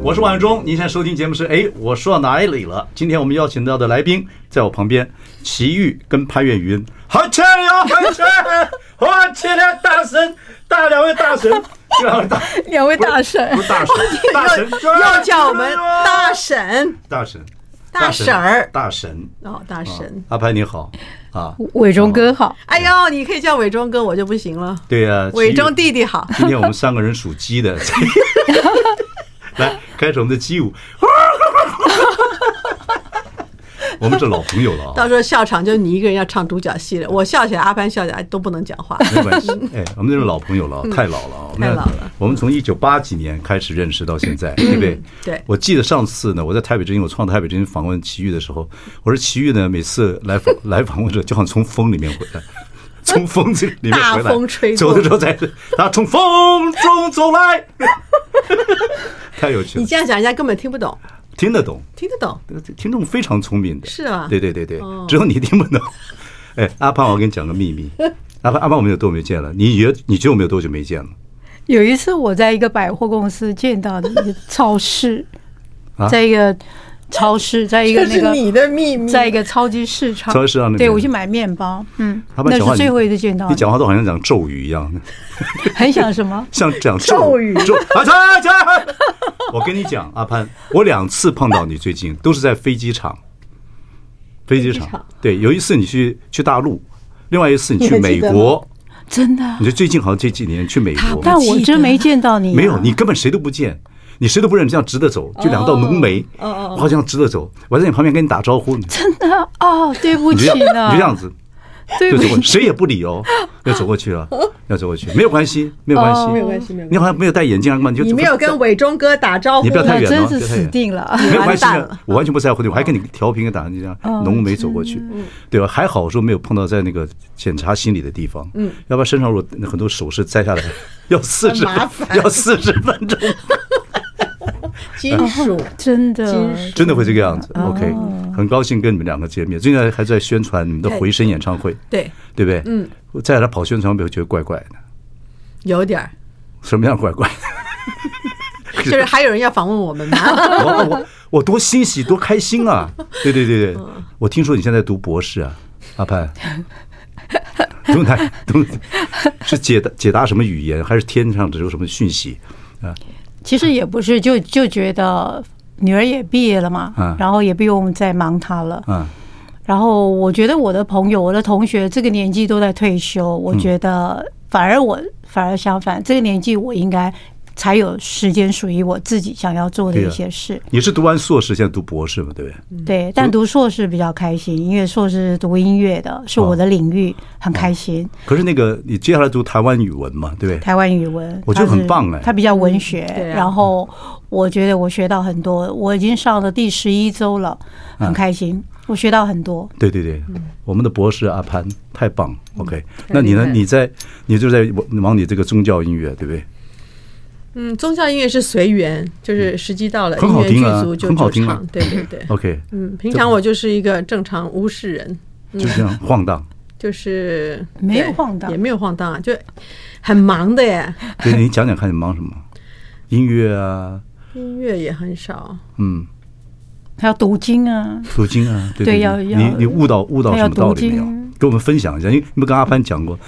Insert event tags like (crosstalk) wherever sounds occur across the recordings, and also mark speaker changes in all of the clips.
Speaker 1: 我是王永忠，您现在收听节目是哎，我说到哪里了？今天我们邀请到的来宾在我旁边，齐豫跟潘越云，好强呀，好强！哇，前两大神，大两位大
Speaker 2: (laughs)
Speaker 1: 神，两位大
Speaker 2: 两位大神
Speaker 1: 不是大神，大
Speaker 2: (laughs)
Speaker 1: 神
Speaker 2: 要要叫我们大婶
Speaker 1: 大神
Speaker 2: 大婶儿
Speaker 1: 大神
Speaker 2: 哦，大神。
Speaker 1: 阿潘你好啊，
Speaker 3: 伟忠哥好，
Speaker 2: 哎呦，你可以叫伟忠哥，我就不行了。
Speaker 1: 对呀，
Speaker 2: 伟
Speaker 1: 齐豫
Speaker 2: 忠弟弟好，
Speaker 1: (laughs) 今天我们三个人属鸡
Speaker 2: (laughs)
Speaker 1: 的，来开始我们的鸡舞。 (laughs) 我们是老朋友了啊，
Speaker 2: 到时候笑场就你一个人要唱独角戏了。我笑起来，阿潘笑起来都不能
Speaker 1: (laughs)
Speaker 2: 讲话。
Speaker 1: 没关系。哎，我们这是老朋友了啊，太老了啊，我们
Speaker 2: 嗯太老了。嗯
Speaker 1: 我们从一九八几年开始认识到现在，对不对？
Speaker 2: 对
Speaker 1: 我记得上次呢，我在台北之音，我创台北之音访问齐豫的时候，我说齐豫呢，每次来
Speaker 2: (laughs)
Speaker 1: 访来访问者，就好像从风里面回来。从风这里面回来，
Speaker 2: 大风吹过
Speaker 1: 走的时候才是他从风中走来， (laughs) 太有趣了
Speaker 2: 你。这样讲，人家根本听不懂，
Speaker 1: 听得懂，
Speaker 2: 听得懂。
Speaker 1: 听众非常聪明的，
Speaker 2: 是啊
Speaker 1: 对对对对
Speaker 2: 哦，
Speaker 1: 只有你听不懂。 (laughs) 哎，阿胖，我跟你讲个秘密，阿胖阿胖，我们有多久没见了？你觉你觉得我们有多久没见了？
Speaker 3: 有一次我在一个百货公司见到你，一个超市
Speaker 1: (laughs) 啊，
Speaker 3: 在一个超市，在一个那个，
Speaker 2: 的秘密
Speaker 3: 在一个超级市场，
Speaker 1: 超级市场里啊面
Speaker 3: 对我去买面包，嗯，
Speaker 1: 阿胖
Speaker 3: 那
Speaker 1: 讲话
Speaker 3: 是
Speaker 1: 你，
Speaker 3: 最后一次见到
Speaker 1: 你讲话都好像讲咒语一样，？
Speaker 3: 很想什么
Speaker 1: (laughs) 像讲咒语咒啊！啊啊啊我跟你讲，阿潘，我两次碰到你，最近都是在飞机场。飞机
Speaker 2: 飞机
Speaker 1: 场
Speaker 2: 场，
Speaker 1: 对，有一次你去去大陆，另外一次你
Speaker 2: 你
Speaker 1: 去
Speaker 2: 还记
Speaker 1: 美
Speaker 2: 得
Speaker 1: 国，
Speaker 3: 真的啊
Speaker 1: 你，就最近好像这几年去美
Speaker 2: 他
Speaker 1: 国，
Speaker 3: 但我真没见到你啊，
Speaker 1: 没有，你根本谁都不见，你谁都不认，这样直的走，就两道浓眉，
Speaker 2: 哦哦哦
Speaker 1: 我好像直的走，我还在你旁边跟你打招呼呢，
Speaker 3: 真的哦，对
Speaker 1: (laughs)
Speaker 3: 不
Speaker 1: 你就
Speaker 3: 起
Speaker 1: 这样，
Speaker 3: 呢，
Speaker 1: 你就这样子，
Speaker 3: 对
Speaker 1: 就
Speaker 3: 不
Speaker 1: 走过，
Speaker 3: 起，
Speaker 1: 谁也不理哦，要走过去
Speaker 2: (laughs)
Speaker 1: 了，要走过去，没有关系，没有关系，
Speaker 3: 哦
Speaker 2: 没有关系，没有关
Speaker 1: 你好像没有戴眼镜啊，干嘛你就
Speaker 2: 系。你没有跟伟忠哥打招呼，
Speaker 1: 你不要太
Speaker 3: 那
Speaker 1: 远了
Speaker 3: 真
Speaker 1: 不
Speaker 3: 是
Speaker 1: 要太
Speaker 3: 死
Speaker 1: 远
Speaker 3: 定了。
Speaker 1: 没有关系
Speaker 2: 完蛋
Speaker 1: 啊
Speaker 2: 哦了，
Speaker 1: 我完全不在乎你，我还跟你调皮跟打你这样
Speaker 3: 哦
Speaker 1: 浓眉走过去，
Speaker 2: 嗯
Speaker 1: 对吧？还好说没有碰到在那个检查心理的地方，嗯，要不然身上如果很多首饰摘下
Speaker 2: (laughs)
Speaker 1: 来，要四十
Speaker 2: 很麻烦
Speaker 1: 要四十分钟，
Speaker 2: 金属
Speaker 3: 真的，
Speaker 2: 金属
Speaker 1: 真的会这个样子。OK，很高兴跟你们两个见面。最近还在宣传你们的回声演唱会，
Speaker 2: (laughs) 对，
Speaker 1: 对不对？嗯，我再来跑宣传会会觉得怪怪的，
Speaker 2: 有点儿，
Speaker 1: 什么样怪怪？
Speaker 2: 就是还有人要访问我们
Speaker 1: (laughs)
Speaker 2: 吗？
Speaker 1: 我我我我多欣喜多开心啊！对对对对，我听说你现在读博士啊，阿潘。读哪读是解答解答什么语言，还是天上只有什么讯息？
Speaker 3: 其实也不是，就就觉得女儿也毕业了嘛，
Speaker 1: 嗯
Speaker 3: 然后也不用再忙她了，
Speaker 1: 嗯，
Speaker 3: 然后我觉得我的朋友、我的同学这个年纪都在退休，我觉得反而我反而相反，这个年纪我应该才有时间属于我自己想要做的
Speaker 1: 对啊
Speaker 3: 一些事。
Speaker 1: 你是读完硕士，现在读博士嘛？对不对？
Speaker 3: 对，但读硕士比较开心，因为硕士读音乐的，是我的领域，很开心。
Speaker 1: 可是那个你接下来读台湾语文嘛？对不对？
Speaker 3: 台湾语文，
Speaker 1: 我觉得很棒哎
Speaker 3: 它是它比较文学。
Speaker 2: 对啊
Speaker 3: 然后我觉得我学到很多，我已经上了第十一周了，
Speaker 1: 嗯
Speaker 3: 很开心，我学到很多。
Speaker 1: 对对对，
Speaker 3: 嗯
Speaker 1: 我们的博士阿潘太棒了，OK。那你呢？
Speaker 2: 厉害
Speaker 1: 你在你就在往往你这个宗教音乐，对不对？
Speaker 2: 嗯，宗教音乐是随缘，就是时机到了，
Speaker 1: 嗯很好
Speaker 2: 音乐
Speaker 1: 听啊
Speaker 2: 剧组就
Speaker 1: 很好
Speaker 2: 就
Speaker 1: 听啊
Speaker 2: 唱，对对
Speaker 1: (laughs)
Speaker 2: 对。
Speaker 1: OK，
Speaker 2: 嗯，平常我就是一个正常无事人，
Speaker 1: 就这样晃
Speaker 3: (laughs)
Speaker 1: 荡。
Speaker 2: 就是
Speaker 3: 没有
Speaker 2: 对
Speaker 3: 晃荡
Speaker 2: 也没有晃荡啊，就很忙
Speaker 3: (laughs)
Speaker 2: 的耶，
Speaker 1: 对，你讲讲看你忙什么？音乐啊，
Speaker 2: 音乐也很少。
Speaker 1: 嗯，
Speaker 3: 还有读经啊，
Speaker 1: 读经啊，对
Speaker 3: 对
Speaker 1: 对，
Speaker 3: 要
Speaker 1: 你
Speaker 3: 要
Speaker 1: 你悟到悟到
Speaker 3: 还
Speaker 1: 什
Speaker 3: 要
Speaker 1: 么道理
Speaker 3: 读
Speaker 1: 没有
Speaker 3: 经？
Speaker 1: 给我们分享一下，因为你们跟阿潘讲过，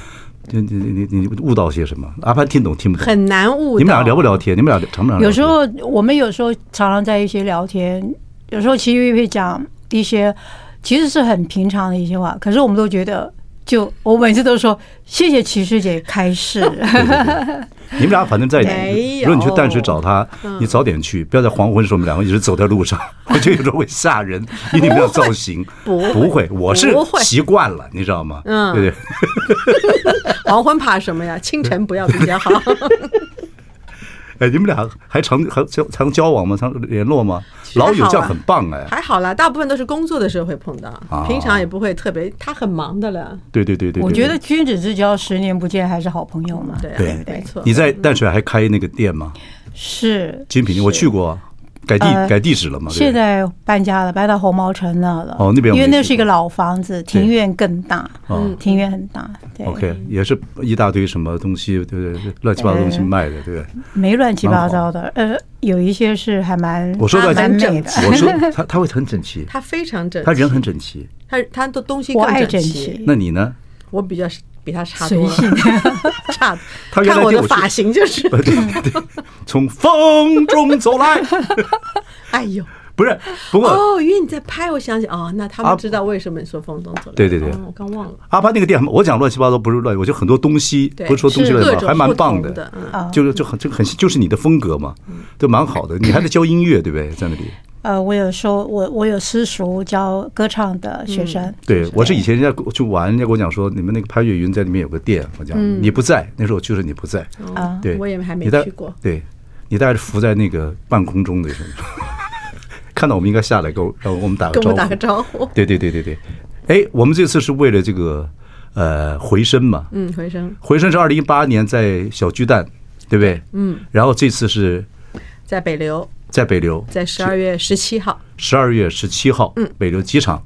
Speaker 1: 你你你你你悟到些什么？阿潘听懂听不懂？
Speaker 2: 很难悟。
Speaker 1: 你们俩聊不？聊天？你们俩常不常聊天？
Speaker 3: 有时候我们有时候常常在一起聊天，有时候其实会讲一些其实是很平常的一些话，可是我们都觉得，就我每次都说谢谢齐师姐开示。
Speaker 1: (laughs) 对，对对你们俩反正在
Speaker 2: 没，
Speaker 1: 如果
Speaker 2: 有嗯
Speaker 1: 你去淡水找他，你早点去，不要在黄昏的时候我们两个一直走在路上，
Speaker 2: (laughs)
Speaker 1: 我觉得有时候会吓人，因为你们俩造型
Speaker 2: 不会
Speaker 1: 不会，我是
Speaker 2: 不会
Speaker 1: 习惯了，你知道吗？
Speaker 2: 嗯
Speaker 1: 对对。 (laughs)
Speaker 2: 黄昏怕什么呀？清晨不要比较好。
Speaker 1: 哎，你们俩还常还交常交往吗？常联络吗？
Speaker 2: 其实
Speaker 1: 老友
Speaker 2: 还好
Speaker 1: 这样
Speaker 2: 啊
Speaker 1: 很棒哎。
Speaker 2: 还好啦，大部分都是工作的时候会碰到，
Speaker 1: 啊
Speaker 2: 平常也不会特别。他很忙的了，
Speaker 1: 对对对对，
Speaker 3: 我
Speaker 1: 对
Speaker 3: 觉得君子之交，十年不见还是好朋友嘛。
Speaker 2: 对啊，
Speaker 1: 对
Speaker 2: 没错。
Speaker 1: 你在淡水还开那个店吗？
Speaker 3: 是，
Speaker 1: 精品店我去过，改地
Speaker 3: 呃
Speaker 1: 改地址了嘛？对
Speaker 3: 现在搬家了，搬到红毛城那了。
Speaker 1: 哦那边我
Speaker 3: 因为
Speaker 1: 没
Speaker 3: 那
Speaker 1: 去
Speaker 3: 是一个老房子，庭院更大，
Speaker 1: 哦
Speaker 3: 庭院很大。对
Speaker 1: OK，也是一大堆什么东西，对对，乱七八糟东西
Speaker 3: 呃
Speaker 1: 卖的，对不对？
Speaker 3: 没乱七八糟的，呃，有一些是还蛮
Speaker 1: 我说
Speaker 2: 他
Speaker 1: 乱
Speaker 3: 蛮
Speaker 2: 很整
Speaker 3: 美的。
Speaker 1: 我
Speaker 2: (laughs)
Speaker 1: 说他他会很整齐，
Speaker 2: 他非常整齐，
Speaker 1: 他人很整齐。
Speaker 2: 他他的东西
Speaker 3: 我
Speaker 2: 更
Speaker 3: 爱整
Speaker 2: 齐。
Speaker 3: 齐，
Speaker 1: 那你
Speaker 2: (laughs)
Speaker 1: 呢？
Speaker 2: 我比较是比他差
Speaker 3: 随
Speaker 2: 多
Speaker 3: 性
Speaker 2: 了，。 (laughs) 差。
Speaker 1: 他原来
Speaker 2: 看我
Speaker 1: 对我
Speaker 2: 的
Speaker 1: 是
Speaker 2: 发型就是，
Speaker 1: 呃对对对，从风中走来，
Speaker 2: 哎呦，
Speaker 1: 不是，不过
Speaker 2: 哦，因为你在拍，我想起哦，那他
Speaker 1: 啊
Speaker 2: 们知道为什么你说风中走来了。
Speaker 1: 对对对
Speaker 2: 哦我刚忘了。
Speaker 1: 阿帕那个店，我讲乱七八糟不是乱，我觉得很多东西
Speaker 2: 对
Speaker 1: 不是说东西
Speaker 3: 是
Speaker 1: 乱七八糟，
Speaker 2: 各种
Speaker 1: 还蛮
Speaker 2: 不
Speaker 1: 棒
Speaker 2: 同
Speaker 1: 的，
Speaker 2: 的，嗯，
Speaker 3: 啊
Speaker 1: 就是就很就很就是你的风格嘛，就蛮好的。你还在教音乐对不对？在那里，
Speaker 3: 呃，我有说，我我有私塾教歌唱的学生，
Speaker 1: 嗯对我是以前人家跟我去玩，人家跟我讲说你们那个潘越云在里面有个店，我讲你不在，那时候我去了你不在，
Speaker 2: 嗯哦
Speaker 3: 啊
Speaker 1: 对，
Speaker 2: 我也还没
Speaker 1: 你带
Speaker 2: 去过。
Speaker 1: 对，你带着浮在那个半空中的时候， (laughs) 看到我们应该下来，跟我让我们打个
Speaker 2: 跟
Speaker 1: 招
Speaker 2: 我
Speaker 1: 呼。
Speaker 2: 打个招呼。 (laughs)
Speaker 1: 对对对对对，哎，我们这次是为了这个呃回声嘛，
Speaker 2: 嗯，回声
Speaker 1: 回声是二零一八年在小巨蛋，对不对？嗯。然后这次是
Speaker 2: 在北流，
Speaker 1: 在北流，
Speaker 2: 在嗯十二月十七号，
Speaker 1: 十二月十七号，北流机场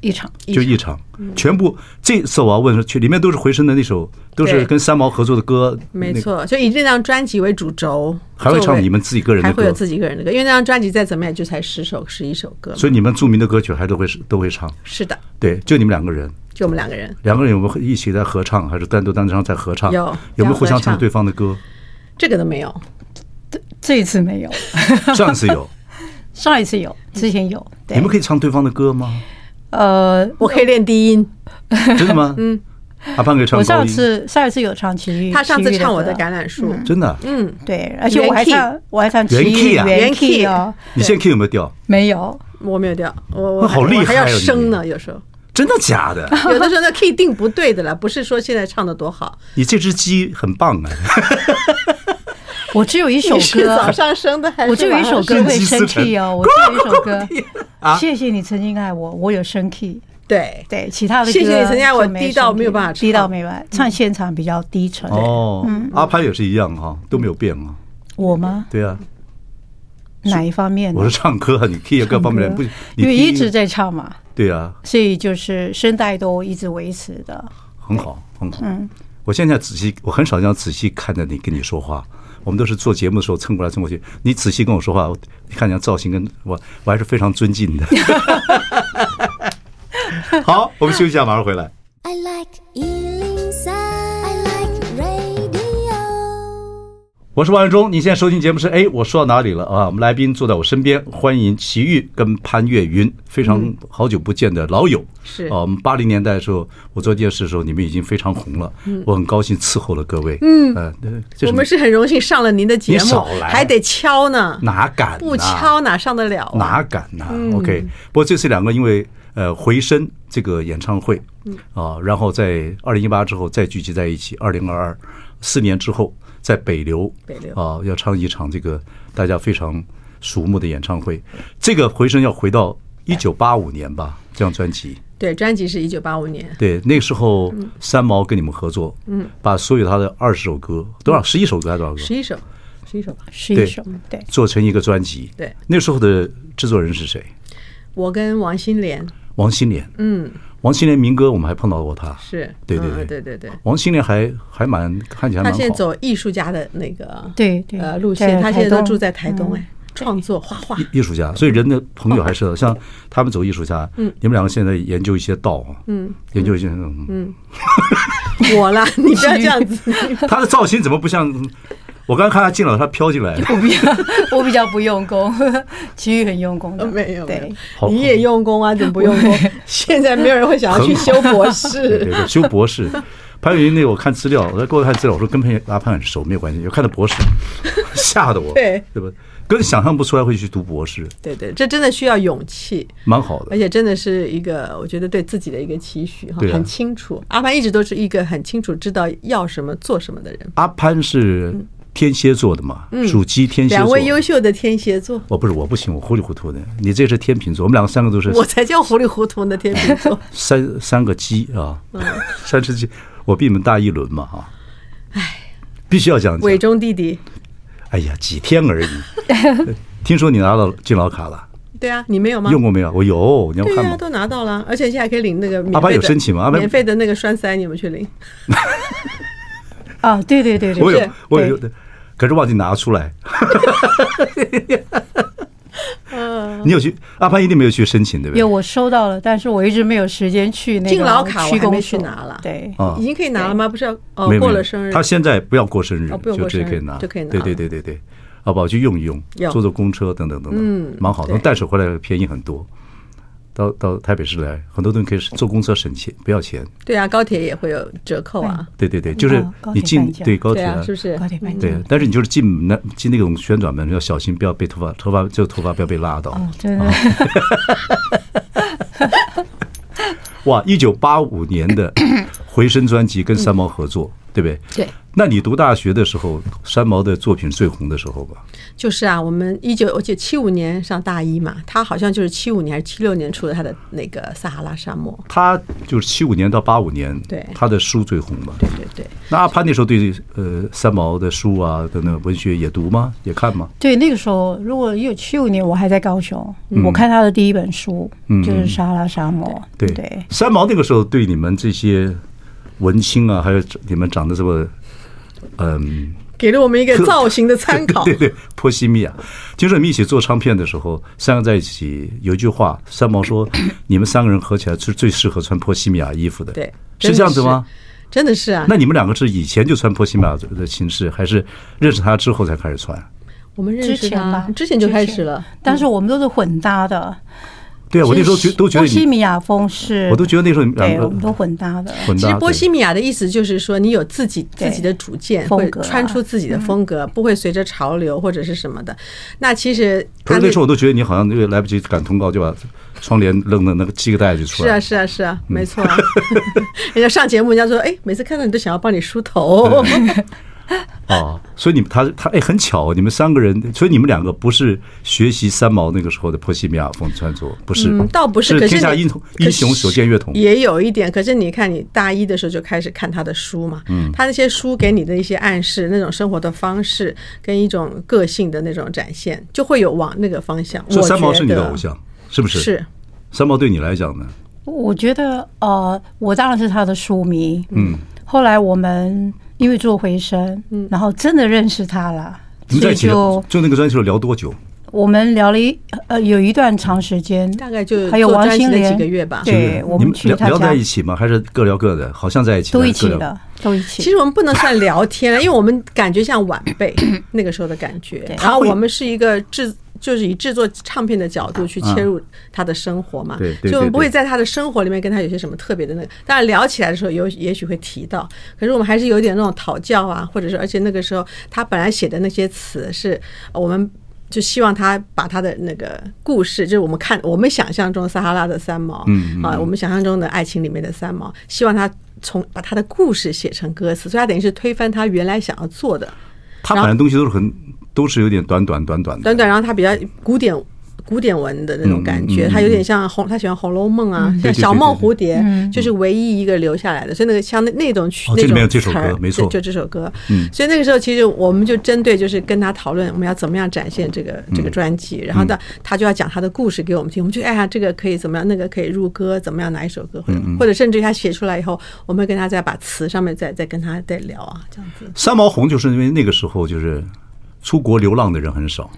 Speaker 3: 一场
Speaker 1: 就一场，
Speaker 2: 嗯
Speaker 1: 全部这次我要问说，去里面都是回声的那首，都是
Speaker 2: 对
Speaker 1: 跟三毛合作的歌，
Speaker 2: 没
Speaker 1: 那个，
Speaker 2: 错，就以这张专辑为主轴，
Speaker 1: 还会
Speaker 2: 作为
Speaker 1: 唱你们自己个人的
Speaker 2: 还会
Speaker 1: 歌
Speaker 2: 有，自己一个人的歌，因为那张专辑再怎么样也就才十首、十一首歌嘛。
Speaker 1: 所以你们著名的歌曲还都会都会唱，
Speaker 2: 是的，
Speaker 1: 对，就你们两个人。
Speaker 2: 就我们两个人。
Speaker 1: 两个人有没有一起在合唱，还是单独单唱在合唱？
Speaker 2: 有
Speaker 1: 有没有互相
Speaker 2: 要合唱
Speaker 1: 唱对方的歌？
Speaker 2: 这个都没有，
Speaker 3: 这一次
Speaker 1: (laughs)
Speaker 3: 没有，
Speaker 1: 上次
Speaker 2: (laughs)
Speaker 1: 有，
Speaker 3: 上一次有，之前有。
Speaker 1: 你
Speaker 3: 对
Speaker 1: 们，可以唱对方的歌吗？
Speaker 3: 呃，
Speaker 2: 我可以练低音。
Speaker 1: (laughs) 真的吗？嗯，阿胖可以唱
Speaker 3: 我
Speaker 1: 高
Speaker 3: 上
Speaker 1: 音，
Speaker 3: 次上一次有唱齐豫，
Speaker 2: 他上次
Speaker 3: 齐豫
Speaker 2: 唱我的
Speaker 3: 歌
Speaker 2: 《橄榄树》，
Speaker 1: 真的啊。
Speaker 2: 嗯，
Speaker 3: 对，而且
Speaker 2: 原
Speaker 3: 我还
Speaker 2: key
Speaker 3: 唱我还唱齐
Speaker 1: 原
Speaker 3: 豫
Speaker 1: key 啊
Speaker 2: 原
Speaker 3: key
Speaker 2: key
Speaker 3: 哦，
Speaker 1: 你现在 Q 有没有掉？
Speaker 3: 没有，
Speaker 2: 我没有掉，我我
Speaker 1: 那好
Speaker 2: 还
Speaker 1: 厉害
Speaker 2: 我还要
Speaker 1: 啊你
Speaker 2: 升呢，有时
Speaker 1: (laughs)
Speaker 2: 候。
Speaker 1: 真的假的？
Speaker 3: (laughs)
Speaker 2: 有的时候那 key 定不对的了，不是说现在唱的多好，
Speaker 1: 你这只鸡很棒啊！
Speaker 3: 我只有一首
Speaker 2: 你是早
Speaker 3: 歌，
Speaker 2: 上升的还是
Speaker 3: 我只有一首歌
Speaker 1: 深
Speaker 3: 会
Speaker 1: 情
Speaker 3: 生
Speaker 1: 思沉
Speaker 3: key 哦，我只有一首歌
Speaker 2: (laughs)
Speaker 1: 啊。
Speaker 3: 谢谢你曾经爱我，我有生 key。
Speaker 2: 对
Speaker 3: 对，其他的歌
Speaker 2: 谢谢你曾经爱我
Speaker 3: 就没
Speaker 2: 低到
Speaker 3: 生 key
Speaker 2: 没有办法唱
Speaker 3: 低到没办法唱现场比较低沉。
Speaker 1: (laughs) 哦，
Speaker 3: 嗯
Speaker 1: 阿潘也是一样哈，都没有变啊。
Speaker 3: 我吗？
Speaker 1: 对啊，
Speaker 3: 哪一方面呢？
Speaker 1: 我说唱歌啊，你 K 啊，各方面不，你
Speaker 3: 因为
Speaker 1: key
Speaker 3: 一直在唱嘛，
Speaker 1: 对啊，
Speaker 3: 所以就是声带都一直维持的。
Speaker 1: 很好，很好。
Speaker 3: 嗯
Speaker 1: 我现在仔细，我很少这样仔细看着你跟你说话。我们都是做节目的时候蹭过来蹭过去，你仔细跟我说话，我你看你的造型跟我，我还是非常尊敬的。 (laughs) 好，我们休息一下，马上回来。
Speaker 4: I like Ealing Sound. I like radio.
Speaker 1: 我是王永忠，你现在收听节目是哎，我说到哪里了啊？我们来宾坐在我身边，欢迎齐豫跟潘越云，非常好久不见的老友。
Speaker 2: 嗯是
Speaker 1: 啊，我们八零年代的时候，我做电视的时候，你们已经非常红了，我很高兴伺候了各位。嗯，呃，这
Speaker 2: 嗯我们
Speaker 1: 什
Speaker 2: 是很荣幸上了您的节
Speaker 1: 你
Speaker 2: 目
Speaker 1: 少，来
Speaker 2: 还得敲呢
Speaker 1: 么，哪敢、啊、
Speaker 2: 不敲哪上得了啊？
Speaker 1: 哪敢呐、o k 不过这次两个因为呃回声这个演唱会，
Speaker 2: 嗯
Speaker 1: 啊，然后在二零一八之后再聚集在一起，二零二二四年之后在北流，
Speaker 2: 北流
Speaker 1: 啊要唱一场这个大家非常瞩目的演唱会。这个回声要回到一九八五年吧，这张专辑。
Speaker 2: 对，专辑是一九八五年，
Speaker 1: 对，那时候
Speaker 2: 嗯
Speaker 1: 三毛跟你们合作，嗯，把所有他的二十首歌，多少十一首歌还是多少歌？
Speaker 2: 十一首，十一首吧。
Speaker 3: 是一
Speaker 1: 对
Speaker 3: 首，对， (laughs)
Speaker 1: 做成一个专辑。
Speaker 2: 对，
Speaker 1: 那时候的制作人是谁？
Speaker 2: 我跟王心莲
Speaker 1: 王心莲。
Speaker 2: 嗯，
Speaker 1: 王心莲民歌我们还碰到过他。
Speaker 2: 是，
Speaker 1: 对对
Speaker 2: 嗯
Speaker 1: 对
Speaker 2: 对对对，
Speaker 1: 王心莲还还蛮看起来还
Speaker 2: 他
Speaker 1: 蛮
Speaker 2: 现在
Speaker 1: 好，
Speaker 2: 走艺术家的那个
Speaker 3: 对对
Speaker 2: 呃路
Speaker 3: 在
Speaker 2: 线，他现
Speaker 3: 台
Speaker 2: 在都
Speaker 3: 东嗯
Speaker 2: 住在台东哎，创作画画，
Speaker 1: 艺术家，所以人的朋
Speaker 2: 哦
Speaker 1: 友还是像他们走艺术家。嗯，你们两个现在研究一些道啊，嗯，研究一些嗯，
Speaker 2: 我
Speaker 3: (laughs)
Speaker 2: 啦，你不要这样子，
Speaker 1: (laughs) 他的造型怎么不像？我刚刚看他进来，他飘进
Speaker 2: (laughs)
Speaker 1: 来，
Speaker 3: 我比较我比较不用功， (laughs) 其余很用功的，
Speaker 2: 哦没有没
Speaker 3: 对
Speaker 2: 有，
Speaker 1: 好
Speaker 2: 你也用功啊，怎么不用功？
Speaker 1: (laughs)
Speaker 2: 现在没有人会想要去修博
Speaker 1: 对
Speaker 2: 士
Speaker 1: 对，对，修博士。潘越云那个我看资料，我在给我看资料，我说跟潘越阿潘很熟，没有关系，有看到
Speaker 2: (laughs)
Speaker 1: 博士，吓得我，
Speaker 2: 对
Speaker 1: 对吧？跟想象不出来会去读博士，
Speaker 2: 对对，这真的需要勇气，
Speaker 1: 蛮好的
Speaker 2: 而。且真的是一个，我觉得对自己的一个期许哈
Speaker 1: 对，啊
Speaker 2: 很清楚。阿凡一直都是一个很清楚知道要什么做什么的人，
Speaker 1: 阿潘是天蝎座的嘛，属鸡天蝎
Speaker 2: 嗯两
Speaker 1: 座。
Speaker 2: 位优秀的天蝎座，
Speaker 1: 哦我不是我不行，我糊里糊涂的。你这是天秤座，我们两个三个都是
Speaker 2: 我才叫糊里糊涂呢，天
Speaker 1: (laughs)
Speaker 2: 秤座。
Speaker 1: 三三个鸡啊，
Speaker 2: 嗯
Speaker 1: 三只鸡，我比你们大一轮嘛哈。哎，必须要这样讲
Speaker 2: 伟。忠弟弟，
Speaker 1: 哎呀，几天而
Speaker 2: (laughs)
Speaker 1: 已。听说你拿到敬老卡了，
Speaker 2: 对啊，你没有吗？
Speaker 1: 用过没有？我有，你要
Speaker 2: 对
Speaker 1: 看
Speaker 2: 呀、
Speaker 1: 吗？
Speaker 2: 都拿到了，而且现在还可以领那个免费的
Speaker 1: 阿，爸有申请吗阿爸
Speaker 2: 免费的那个栓塞，你们去领。
Speaker 3: 啊，对对对对，
Speaker 1: 我有
Speaker 2: 是，
Speaker 1: 我有，可是忘记拿出
Speaker 2: (laughs)
Speaker 1: 来。
Speaker 2: 嗯
Speaker 1: (laughs) 你有去？阿潘一定没有去申请，对不对
Speaker 3: 有？我收到了，但是我一直没有时间去那个
Speaker 2: 敬老卡我
Speaker 3: 区
Speaker 2: 还没
Speaker 3: 公
Speaker 2: 去
Speaker 3: 所
Speaker 2: 拿了
Speaker 3: 对，
Speaker 1: 啊
Speaker 2: 已经可以拿了吗？不是要哦
Speaker 1: 没，有
Speaker 2: 过
Speaker 1: 没有
Speaker 2: 了生日
Speaker 1: 他现在不要过生日，
Speaker 2: 哦不用
Speaker 1: 就
Speaker 2: 过
Speaker 1: 直接
Speaker 2: 生
Speaker 1: 可以
Speaker 2: 日
Speaker 1: 拿，
Speaker 2: 就可以拿
Speaker 1: 对
Speaker 2: 了
Speaker 1: 对对对对，好不好？去用一用
Speaker 2: 有，
Speaker 1: 坐坐公车等等等等，
Speaker 2: 嗯
Speaker 1: 蛮好的，
Speaker 2: 对
Speaker 1: 带手回来便宜很多。到到台北市来，很多东西可以坐公车省钱，不要钱。
Speaker 2: 对啊，高铁也会有折扣啊，
Speaker 1: 对对对，就是
Speaker 3: 哦高铁
Speaker 1: 你进
Speaker 3: 半价
Speaker 1: 对高
Speaker 2: 对
Speaker 1: 铁
Speaker 2: 啊，
Speaker 1: 啊
Speaker 2: 是不是？
Speaker 3: 高铁办
Speaker 1: 对，但是你就是进那进那种旋转门要小心，不要被头发头发就头发不要被拉到。
Speaker 3: 哦，真的，
Speaker 1: 哇，一九八五年
Speaker 2: (coughs)
Speaker 1: 的回声专辑跟三毛合作，对不对？
Speaker 2: 嗯对。
Speaker 1: 那你读大学的时候，三毛的作品最红的时候吧？
Speaker 2: 就是啊，我们一九我记得七五年上大一嘛，他好像就是七五年还是七六年出了他的那个撒哈拉沙漠，
Speaker 1: 他就是七五年到八五年，
Speaker 2: 对
Speaker 1: 他的书最红嘛。
Speaker 2: 对对对，
Speaker 1: 那阿潘那时候对呃三毛的书啊等等文学也读吗？也看吗？
Speaker 3: 对，那个时候如果一九七五年我还在高雄，
Speaker 1: 嗯
Speaker 3: 我看他的第一本书就是《撒哈拉沙漠》，
Speaker 1: 对
Speaker 3: 对，
Speaker 1: 三毛那个时候对你们这些文青啊，还有你们长得这么嗯
Speaker 2: 给了我们一个造型的参
Speaker 3: (laughs)
Speaker 1: (laughs)
Speaker 2: 考
Speaker 1: 对。对，波西米亚。听说你们一起做唱片的时候，三个在一起有一句话，三毛
Speaker 2: (coughs)
Speaker 1: 说：“你们三个人合起来是最适合穿波西米亚衣服的。”
Speaker 2: 对，
Speaker 1: 是
Speaker 2: 真的
Speaker 1: 这样子吗？？
Speaker 2: 真的是啊，
Speaker 1: 那你们两个是以前就穿波西米亚的形式，还是认识他之后才开始穿？
Speaker 2: 我们认
Speaker 3: 之
Speaker 2: 识
Speaker 3: 前吧
Speaker 2: 他，之前就开始了，，
Speaker 3: 但是我们都是混搭的。
Speaker 1: 对啊，我那时候
Speaker 3: 其
Speaker 1: 觉
Speaker 3: 实
Speaker 1: 都觉得
Speaker 3: 波西
Speaker 1: 你，
Speaker 3: 米亚风是，
Speaker 1: 我都觉得那时候你们两
Speaker 3: 对，
Speaker 1: 个
Speaker 3: 我们都混搭的。
Speaker 1: 混
Speaker 2: 其实
Speaker 1: 搭。
Speaker 2: 波
Speaker 1: 对
Speaker 2: 西米亚的意思就是说，你有自己
Speaker 3: 对
Speaker 2: 自己的主见，
Speaker 3: 风
Speaker 2: 会
Speaker 3: 格啊嗯
Speaker 2: 穿出自己的风格，不会随着潮流或者是什么的。那其实
Speaker 1: 可
Speaker 2: 他
Speaker 1: 是那时候我都觉得你好像因为来不及赶通告，就把窗帘扔到那个系个带就出
Speaker 2: 是
Speaker 1: 来
Speaker 2: 啊
Speaker 1: 了。
Speaker 2: 是啊是啊，
Speaker 3: 嗯
Speaker 2: 没错啊。 (laughs) 人家上节目，人家说，哎，每次看到你都想要帮你梳
Speaker 3: 嗯
Speaker 2: 头，
Speaker 1: 啊，所以你们他他哎，很巧，你们三个人，所以你们两个不是学习三毛那个时候的波西米亚风穿着，不是，
Speaker 2: 嗯倒不是
Speaker 1: 是
Speaker 2: 可是
Speaker 1: 天下
Speaker 2: 你
Speaker 1: 英雄
Speaker 2: 可是
Speaker 1: 英雄所见略同，
Speaker 2: 也有一点。可是你看，你大一的时候就开始看他的书嘛，
Speaker 1: 嗯
Speaker 2: 他那些书给你的一些暗示，那种生活的方式跟一种个性的那种展现，就会有往那个方向。
Speaker 1: 所以
Speaker 2: 我
Speaker 1: 三毛
Speaker 2: 觉
Speaker 1: 是你的
Speaker 2: 得
Speaker 1: 偶，像，是不是？
Speaker 2: 是。
Speaker 1: 三毛对你来讲呢？
Speaker 3: 我觉得呃，我当然是他的书迷。
Speaker 1: 嗯，
Speaker 3: 后来我们因为做回声，
Speaker 2: 嗯
Speaker 3: 然后真的认识他了，
Speaker 1: 你们
Speaker 3: 所
Speaker 1: 在一
Speaker 3: 以
Speaker 1: 起
Speaker 3: 就
Speaker 1: 就那个专辑时候聊多久？
Speaker 3: 我们聊了一呃有一段长时间，
Speaker 2: 大概就
Speaker 3: 还有
Speaker 2: 做
Speaker 3: 王
Speaker 2: 专辑
Speaker 3: 心
Speaker 2: 的
Speaker 3: 莲
Speaker 2: 几个月吧
Speaker 3: 对，我
Speaker 1: 你
Speaker 3: 们
Speaker 1: 们
Speaker 3: 去
Speaker 1: 聊
Speaker 3: 他
Speaker 1: 聊
Speaker 3: 家
Speaker 1: 在一起吗？还是各聊各的？好像在一起
Speaker 3: 都一起
Speaker 1: 各聊
Speaker 3: 的，都一起。
Speaker 2: 其实我们不能算聊天
Speaker 1: (laughs)
Speaker 2: 啊了，因为我们感觉像晚辈那个时候的感觉。然后我们是一个制，就是以制作唱片的角度去切入他的生活嘛，
Speaker 1: 啊对对对
Speaker 2: 所以我们不会在他的生活里面跟他有些什么特别的那个。当然聊起来的时候有也许会提到，可是我们还是有点那种讨教啊，或者是而且那个时候他本来写的那些词是呃我们。就希望他把他的那个故事，就是我们看我们想象中撒哈拉的三毛，
Speaker 1: 嗯嗯
Speaker 2: 啊，我们想象中的爱情里面的三毛，希望他从把他的故事写成歌词，所以他等于是推翻他原来想要做的，
Speaker 1: 他反正东西都是很都是有点短短短短的，
Speaker 2: 短短，然后他比较古典。古典文的那种感
Speaker 1: 嗯
Speaker 2: 觉，
Speaker 1: 嗯嗯嗯
Speaker 2: 他有点像红，他喜欢《红楼梦》啊，
Speaker 1: 对对
Speaker 2: 像
Speaker 1: 对
Speaker 2: 小梦
Speaker 1: 对对
Speaker 2: 蝴蝶，就是唯一一个留下来的，所以那个像那那种曲，
Speaker 1: 哦
Speaker 2: 那
Speaker 1: 这里面有这
Speaker 2: 种
Speaker 1: 首歌
Speaker 2: 词儿
Speaker 1: 没错
Speaker 2: 对就这首歌。
Speaker 1: 嗯
Speaker 2: 所以那个时候，其实我们就针对就是跟他讨论我们要怎么样展现这个
Speaker 1: 嗯
Speaker 2: 这个专辑，然后到他就要讲他的故事给我们听，我们就哎呀，这个可以怎么样，那个可以入歌，怎么样哪一首歌，
Speaker 1: 嗯
Speaker 2: 或者或者甚至于他写出来以后，我们跟他再把词上面再再跟他再聊啊，这样子。
Speaker 1: 三毛红就是因为那个时候就是出国流浪的人很少，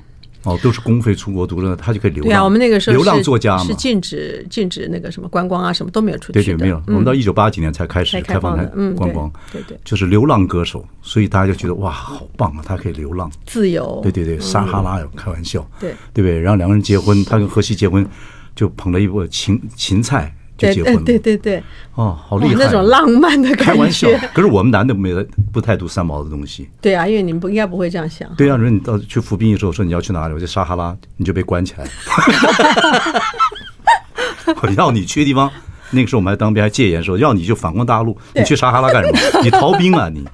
Speaker 1: 哦，都是公费出国读的，他就可以流浪。
Speaker 2: 对啊，我们那个时候
Speaker 1: 流浪
Speaker 2: 是
Speaker 1: 作家嘛
Speaker 2: 是，禁止禁止那个什么观光啊，什么都没有出去
Speaker 1: 对对，
Speaker 2: 的。
Speaker 1: 没有。我
Speaker 2: 嗯
Speaker 1: 们到一九八几年才开始
Speaker 2: 才开
Speaker 1: 放
Speaker 2: 放的嗯
Speaker 1: 观光，
Speaker 2: 对对对
Speaker 1: 就是流浪歌手，所以大家就觉得哇，好棒啊，他可以流浪。
Speaker 2: 自由。
Speaker 1: 对对对，撒哈拉有开玩笑，
Speaker 2: 哦对
Speaker 1: 对不对？然后两个人结婚，他跟荷西结婚，就捧了一波芹芹菜就
Speaker 2: 对
Speaker 1: 结
Speaker 2: 对
Speaker 1: 婚了。
Speaker 2: 对对对，
Speaker 1: 哦，好
Speaker 2: 哇
Speaker 1: 厉害！
Speaker 2: 那种浪漫的
Speaker 1: 开
Speaker 2: 感
Speaker 1: 玩笑
Speaker 2: 觉。，
Speaker 1: 可是我们男的没不太读三毛的东西。
Speaker 2: (laughs) 对啊，因为你们不应该不会这样想。
Speaker 1: 对啊，如果你到去服兵役的时候说你要去哪里，我就撒哈拉，你就被关起来。 (laughs) 我要你去的地方，那个时候我们还当兵还戒严的时候，要你就反攻大陆，你去撒哈拉干什么？你逃兵啊你！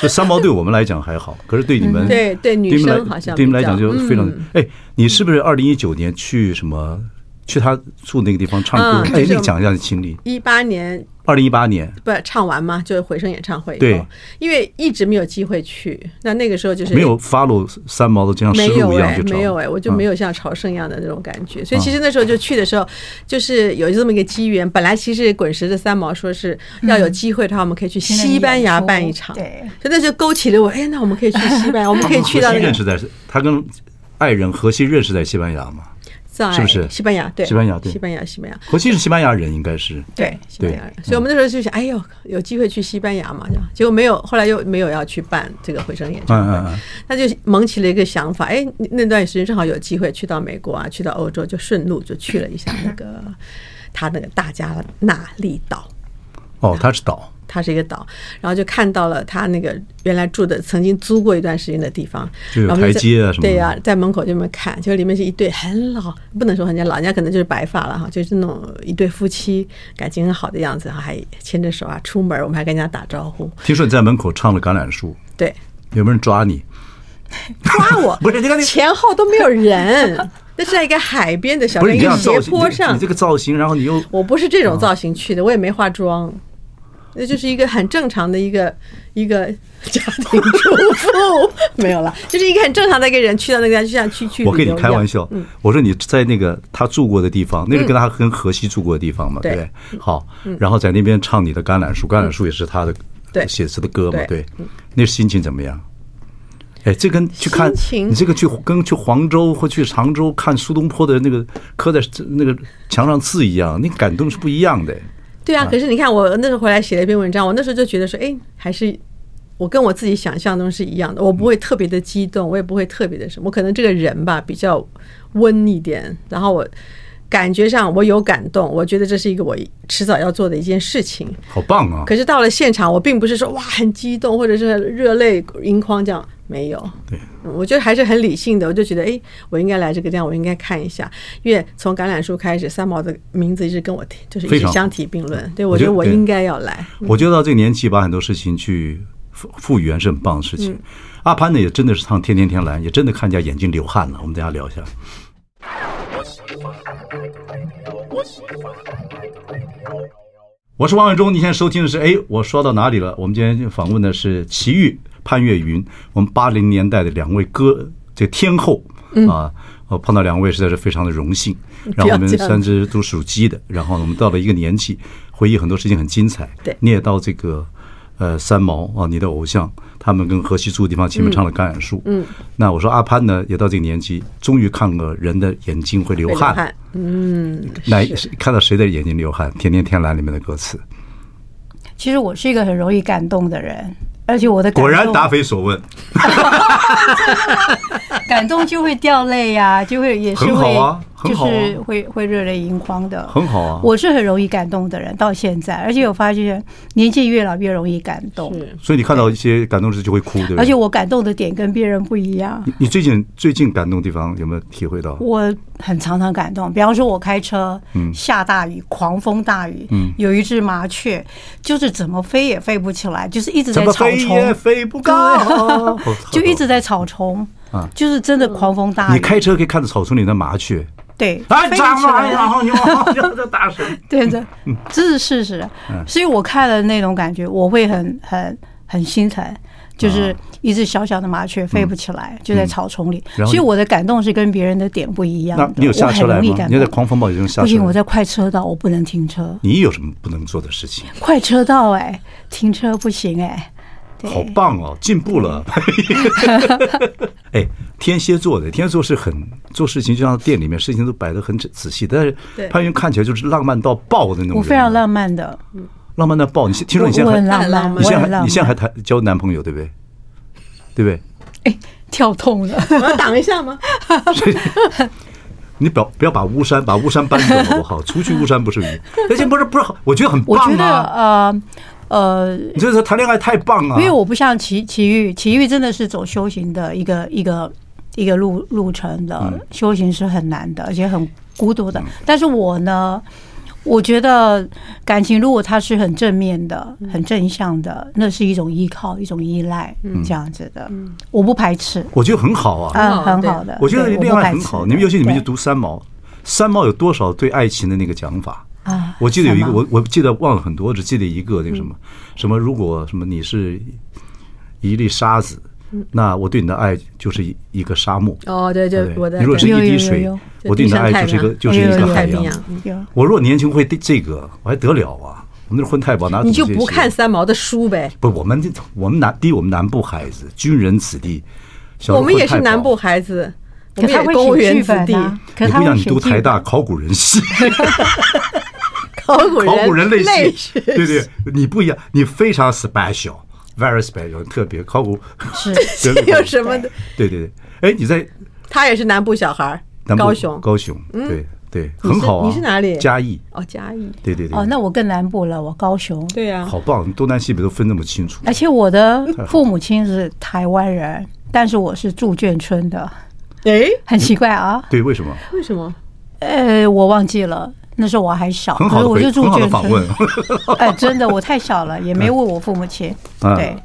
Speaker 1: 这三毛对我们来讲还好，可是对你们
Speaker 2: 嗯对对女
Speaker 1: 对你们
Speaker 2: 生
Speaker 1: 来
Speaker 2: 好像
Speaker 1: 对你们
Speaker 2: 比
Speaker 1: 来讲
Speaker 2: 较
Speaker 1: 就非常
Speaker 2: 嗯
Speaker 1: 哎，你是不是二零一九年去什么去他住那个地方唱歌
Speaker 2: 嗯？
Speaker 1: 哎，
Speaker 2: 就是
Speaker 1: 那个讲一下你经历。
Speaker 2: 一八年
Speaker 1: 二零一八年
Speaker 2: 不是唱完嘛，就是回声演唱会以
Speaker 1: 对
Speaker 2: 后，因为一直没有机会去，那那个时候就是
Speaker 1: 没有 follow 三毛的，就像
Speaker 2: 没
Speaker 1: 思
Speaker 2: 有
Speaker 1: 啊路一样
Speaker 2: 哎，
Speaker 1: 就找嗯
Speaker 2: 没有哎，我就没
Speaker 1: 有。
Speaker 2: 有像朝圣一样的那种感觉。所以
Speaker 1: 嗯
Speaker 2: 其实那时候就去的时候，就是有这么一个机缘。本来其实滚石的三毛说是要
Speaker 3: 嗯
Speaker 2: 有机会的话，我们可以去西班牙办一场，
Speaker 3: 对，
Speaker 2: 所以那就勾起了我，哎，那我们可以去西
Speaker 1: (laughs)
Speaker 2: 班牙，我们
Speaker 1: 他
Speaker 2: 可以
Speaker 1: 跟
Speaker 2: 去
Speaker 1: 荷
Speaker 2: 到
Speaker 1: 西
Speaker 2: 那个
Speaker 1: 认识在是他跟爱人荷西认识在西班牙嘛？
Speaker 2: 在
Speaker 1: 是不是
Speaker 2: 西班牙？对，
Speaker 1: 西班牙对
Speaker 2: 西班牙，西班牙。
Speaker 1: 荷西是西班牙人，应该是
Speaker 3: 对，
Speaker 2: 西班牙人，所以我们那时候就想，哎呦，有机会去西班牙嘛，这样结果没有，后来又没有要去办这个回声演
Speaker 1: 嗯
Speaker 2: 唱会，
Speaker 1: 嗯嗯，
Speaker 2: 那就萌起了一个想法，哎，那那段时间正好有机会去到美国啊，去到欧洲，就顺路就去了一下那
Speaker 1: (laughs)
Speaker 2: 个他那个大加那利岛，
Speaker 1: 哦，他是岛，
Speaker 2: 它是一个岛，然后就看到了他那个原来住的曾经租过一段时间的地方，
Speaker 1: 就有
Speaker 2: 然后我们
Speaker 1: 台阶啊什么的
Speaker 2: 对呀、在门口就那么看，就里面是一对很老，不能说人家老，人家可能就是白发了哈，就是那种一对夫妻感情很好的样子，还牵着手啊出门，我们还跟人家打招呼，
Speaker 1: 听说你在门口唱了《橄榄树 (laughs)
Speaker 2: 对，》，
Speaker 1: 有没有人抓你？
Speaker 2: 抓我
Speaker 1: 不是你看你
Speaker 2: 前后都没
Speaker 1: (laughs)
Speaker 2: 有人，那是在一个海边的小
Speaker 1: 不是
Speaker 2: 镇
Speaker 1: 你
Speaker 2: 一
Speaker 1: 这
Speaker 2: 个
Speaker 1: 样
Speaker 2: 斜
Speaker 1: 造型，
Speaker 2: 坡
Speaker 1: 你这
Speaker 2: 上
Speaker 1: 你，这个啊造型，然后你又
Speaker 2: 我不是这种造型去的，我也没化妆，那就是一个很正常的一个一个家庭主妇， (laughs) 没有了，就是一个很正常的一个人去到那个地方，就像去去
Speaker 1: 我跟你
Speaker 2: 旅游一
Speaker 1: 开
Speaker 2: 样嗯
Speaker 1: 玩笑，我说你在那个他住过的地方，那是跟他跟荷西住过的地方嘛，
Speaker 2: 对嗯
Speaker 1: 对不对？好，然后在那边唱你的《橄榄树》，《橄榄树》也是他的
Speaker 2: 对
Speaker 1: 写词的歌嘛，
Speaker 2: 对嗯
Speaker 1: 对，那心情怎么样？哎，这跟去看
Speaker 2: 心情
Speaker 1: 你这个去跟去黄州或去常州看苏东坡的那个刻在那个墙上字一样，那感动是不一样的。
Speaker 2: 对啊，可是你看，我那时候回来写了一篇文章，我那时候就觉得说，哎，还是我跟我自己想象中是一样的，我不会特别的激动，我也不会特别的什么，我可能这个人吧比较温一点，然后我感觉上我有感动，我觉得这是一个我迟早要做的一件事情。
Speaker 1: 好棒啊！
Speaker 2: 可是到了现场，我并不是说哇很激动，或者是热泪盈眶这样，没有。
Speaker 1: 对，
Speaker 2: 嗯我觉得还是很理性的，我就觉得，哎，我应该来这个店，我应该看一下，因为从橄榄树开始，三毛的名字一直跟我就是一
Speaker 1: 非
Speaker 2: 直
Speaker 1: 常嗯
Speaker 2: 相提并论，对我
Speaker 1: 我
Speaker 2: 觉
Speaker 1: 觉
Speaker 2: 得
Speaker 1: 得
Speaker 2: 我
Speaker 1: 对
Speaker 2: 应该要来，
Speaker 1: 我觉得到这个年纪，把很多事情去复复原是很棒的事
Speaker 2: 嗯
Speaker 1: 情。阿潘呢，也真的是唱《天天天蓝》，也真的看见眼睛流汗了。我们等一下聊一下。我是王伟忠，你现在收听的是哎，我说到哪里了？我们今天访问的是齐豫、潘越云，我们八零年代的两位歌这天后啊，我碰到两位实在是非常的荣幸。然后我们
Speaker 2: 嗯不要这样
Speaker 1: 三只都属鸡的，然后我们到了一个年纪，回忆很多事情很精彩。
Speaker 2: 对
Speaker 1: 你也到这个呃三毛啊，你的偶像，他们跟河西住的地方前面唱了《橄榄树》。嗯，那我说阿潘呢，也到这个年纪，终于看了人的眼睛会流
Speaker 2: 流
Speaker 1: 汗，
Speaker 2: 汗，
Speaker 1: (laughs)
Speaker 2: 嗯，
Speaker 1: 哪
Speaker 2: 是
Speaker 1: 看到谁的眼睛流汗？《天天天蓝》里面的歌词。
Speaker 3: 其实我是一个很容易感动的人，而且我的感
Speaker 1: 果然
Speaker 3: 动
Speaker 1: 答非所问，
Speaker 3: (laughs) 感动就会掉泪呀、就会也是
Speaker 1: 很好
Speaker 3: 会，
Speaker 1: 啊
Speaker 3: 就
Speaker 1: 很好啊
Speaker 3: 是会会热泪盈眶的，
Speaker 1: 很好啊
Speaker 3: 我是很容易感动的人，到现在，而且我发现年纪越老越容易感动，
Speaker 2: 是
Speaker 1: 所以你看到一些感动的事就会哭，对不对？
Speaker 3: 而且我感动的点跟别人不一样。
Speaker 1: 你你最近最近感动的地方有没有体会到？
Speaker 3: 我很常常感动，比方说，我开车，
Speaker 1: 嗯
Speaker 3: 下大雨，狂风大雨，有一只麻雀，就是怎么飞也飞不起来，就是一直
Speaker 1: 怎
Speaker 3: 在
Speaker 1: 么
Speaker 3: 草
Speaker 1: 飞也
Speaker 3: 丛，啊
Speaker 1: 飞不高，哦
Speaker 3: (laughs) 就一直在草丛
Speaker 1: 啊，
Speaker 3: 就是真的狂风大
Speaker 1: 你
Speaker 3: 雨，
Speaker 1: 开车可以看到草丛里的麻雀，
Speaker 3: 对，
Speaker 1: 啊，
Speaker 3: 飞
Speaker 1: 长
Speaker 3: 起来
Speaker 1: 了，嗯然后你往这大声，
Speaker 3: (laughs) 对的，这是事实。
Speaker 1: 嗯
Speaker 3: 所以我看了那种感觉，我会很很很心疼，就是
Speaker 1: 啊
Speaker 3: 一只小小的麻雀飞不起来，就在草丛里。
Speaker 1: 嗯然后
Speaker 3: 所以我的感动是跟别人的点不一样
Speaker 1: 那
Speaker 3: 的。
Speaker 1: 你有下车
Speaker 3: 我很
Speaker 1: 来
Speaker 3: 容易
Speaker 1: 吗？
Speaker 3: 感
Speaker 1: 你
Speaker 3: 动
Speaker 1: 在狂风暴雨中下
Speaker 3: 不行，我
Speaker 1: 车，
Speaker 3: 在快车道，我不能停车。
Speaker 1: 你有什么不能做的事情？
Speaker 3: 快车道哎、停车不行哎、对
Speaker 1: 好棒哦，进步
Speaker 3: (laughs)
Speaker 1: 了。哎，天蝎座的天蝎座是很做事情，就像店里面事情都摆得很仔细，但是
Speaker 2: 对
Speaker 1: 潘云看起来就是浪漫到爆的那种人。啊
Speaker 3: 我非常浪漫的，
Speaker 1: 浪漫到爆。你现听说
Speaker 3: 我
Speaker 1: 你现在
Speaker 3: 我很
Speaker 1: 还
Speaker 3: 浪漫，
Speaker 1: 你
Speaker 3: 我
Speaker 1: 现在
Speaker 3: 很
Speaker 1: 还
Speaker 3: 浪
Speaker 1: 你现在
Speaker 3: 漫，
Speaker 1: 还谈交男朋友对不对？对不对？
Speaker 3: 哎，跳痛了。
Speaker 2: 我要挡一下吗？
Speaker 1: 你不要不要把巫山把巫山搬走好不好？ (laughs) 除去巫山不是云，而且不是不是，我觉得很
Speaker 3: (laughs) 我觉
Speaker 1: 棒
Speaker 3: 得
Speaker 1: 啊！
Speaker 3: 呃呃，
Speaker 1: 你这是谈恋爱太棒啊！
Speaker 3: 因为我不像奇奇遇，奇遇真的是走修行的一个一个一个路
Speaker 1: 嗯
Speaker 3: 路程的，修行是很难的，而且很孤独的。但是我呢，我觉得感情如果它是很正面的、很正向的，那是一种依靠、一种依赖，这样子的，我不排斥，
Speaker 1: 我觉得很好啊，
Speaker 3: 啊，
Speaker 2: 很好
Speaker 3: 嗯很
Speaker 2: 对
Speaker 3: 好的，
Speaker 1: 我觉得
Speaker 3: 对
Speaker 1: 恋
Speaker 3: 不
Speaker 1: 爱
Speaker 3: 排
Speaker 1: 很
Speaker 3: 斥
Speaker 1: 好。你们尤其你们
Speaker 3: 对
Speaker 1: 就读三毛，三毛有多少对爱情的那个讲法？
Speaker 3: 啊，
Speaker 1: 我记得有一个，
Speaker 3: 什么
Speaker 1: 我我记得忘了很多，只记得一个那个什么什么，如果什么你是一粒沙子，
Speaker 3: 嗯
Speaker 1: 那我对你的爱就是一一个沙漠。
Speaker 2: 哦，对，就
Speaker 1: 对不
Speaker 2: 我
Speaker 1: 对
Speaker 2: 的
Speaker 1: 你如果是一
Speaker 3: 有有
Speaker 1: 滴
Speaker 3: 有
Speaker 1: 水
Speaker 3: 有，
Speaker 2: 就
Speaker 1: 我对你的
Speaker 2: 地上
Speaker 1: 爱
Speaker 2: 太
Speaker 1: 就是一个
Speaker 2: 阳
Speaker 1: 就是一
Speaker 3: 有有
Speaker 1: 个
Speaker 3: 有
Speaker 1: 海
Speaker 2: 太平
Speaker 1: 洋。
Speaker 2: 洋，嗯
Speaker 3: 有
Speaker 1: 我若年轻会对这个，我还得了啊！我们那混太保哪
Speaker 2: 你就
Speaker 1: 懂这
Speaker 2: 不
Speaker 1: 些
Speaker 2: 看三毛的书呗？
Speaker 1: 不，我们这我们南第一，我们南部孩子，军人子弟，小时
Speaker 2: 我
Speaker 1: 候
Speaker 2: 们也
Speaker 1: 混太
Speaker 2: 是
Speaker 1: 保
Speaker 2: 南部。孩子，我
Speaker 3: 可
Speaker 2: 们
Speaker 3: 是他
Speaker 2: 也
Speaker 3: 会
Speaker 2: 公务
Speaker 3: 写
Speaker 2: 员
Speaker 3: 剧
Speaker 2: 子弟
Speaker 3: 本，
Speaker 2: (laughs)
Speaker 3: 啊，可
Speaker 1: 你
Speaker 3: 是他
Speaker 1: 不
Speaker 3: 会
Speaker 1: 像你
Speaker 3: 写
Speaker 1: 读
Speaker 3: 剧
Speaker 1: 台大
Speaker 3: 本，
Speaker 1: 考古人系，
Speaker 2: 考古
Speaker 1: 考古人类
Speaker 2: 类
Speaker 1: 系，对对，你不一样，你非常 special，very special，特别考古。 (laughs)
Speaker 3: 是
Speaker 1: 这
Speaker 2: (laughs) 这有什么的？
Speaker 1: 对对对，哎，你在
Speaker 2: 他也是南部小孩儿，
Speaker 1: 南部
Speaker 2: 高雄。嗯
Speaker 1: 高雄，对对，
Speaker 2: 你
Speaker 1: 很
Speaker 2: 是
Speaker 1: 好啊。
Speaker 2: 你是哪里
Speaker 1: 嘉义，
Speaker 2: 哦，嘉义。
Speaker 1: 对对对。
Speaker 3: 哦，那我更南部了，我高雄，
Speaker 2: 对呀、
Speaker 1: 好棒，你东南西北都分那么清楚。
Speaker 3: 而且我的父母亲是台湾人，但是我是住眷村的， (laughs)
Speaker 2: 哎，
Speaker 3: 很奇怪啊。
Speaker 1: 对，为什么？
Speaker 2: 为什么？
Speaker 3: 呃，我忘记了，那时候我还小，
Speaker 1: 很好
Speaker 3: 可
Speaker 1: 的
Speaker 3: 是我
Speaker 1: 回，
Speaker 3: 就住
Speaker 1: 很好的
Speaker 3: 眷
Speaker 1: 访问
Speaker 3: 村。。 (laughs) 哎、真的，我太小了，也没问我父母亲。
Speaker 1: 嗯
Speaker 3: 对，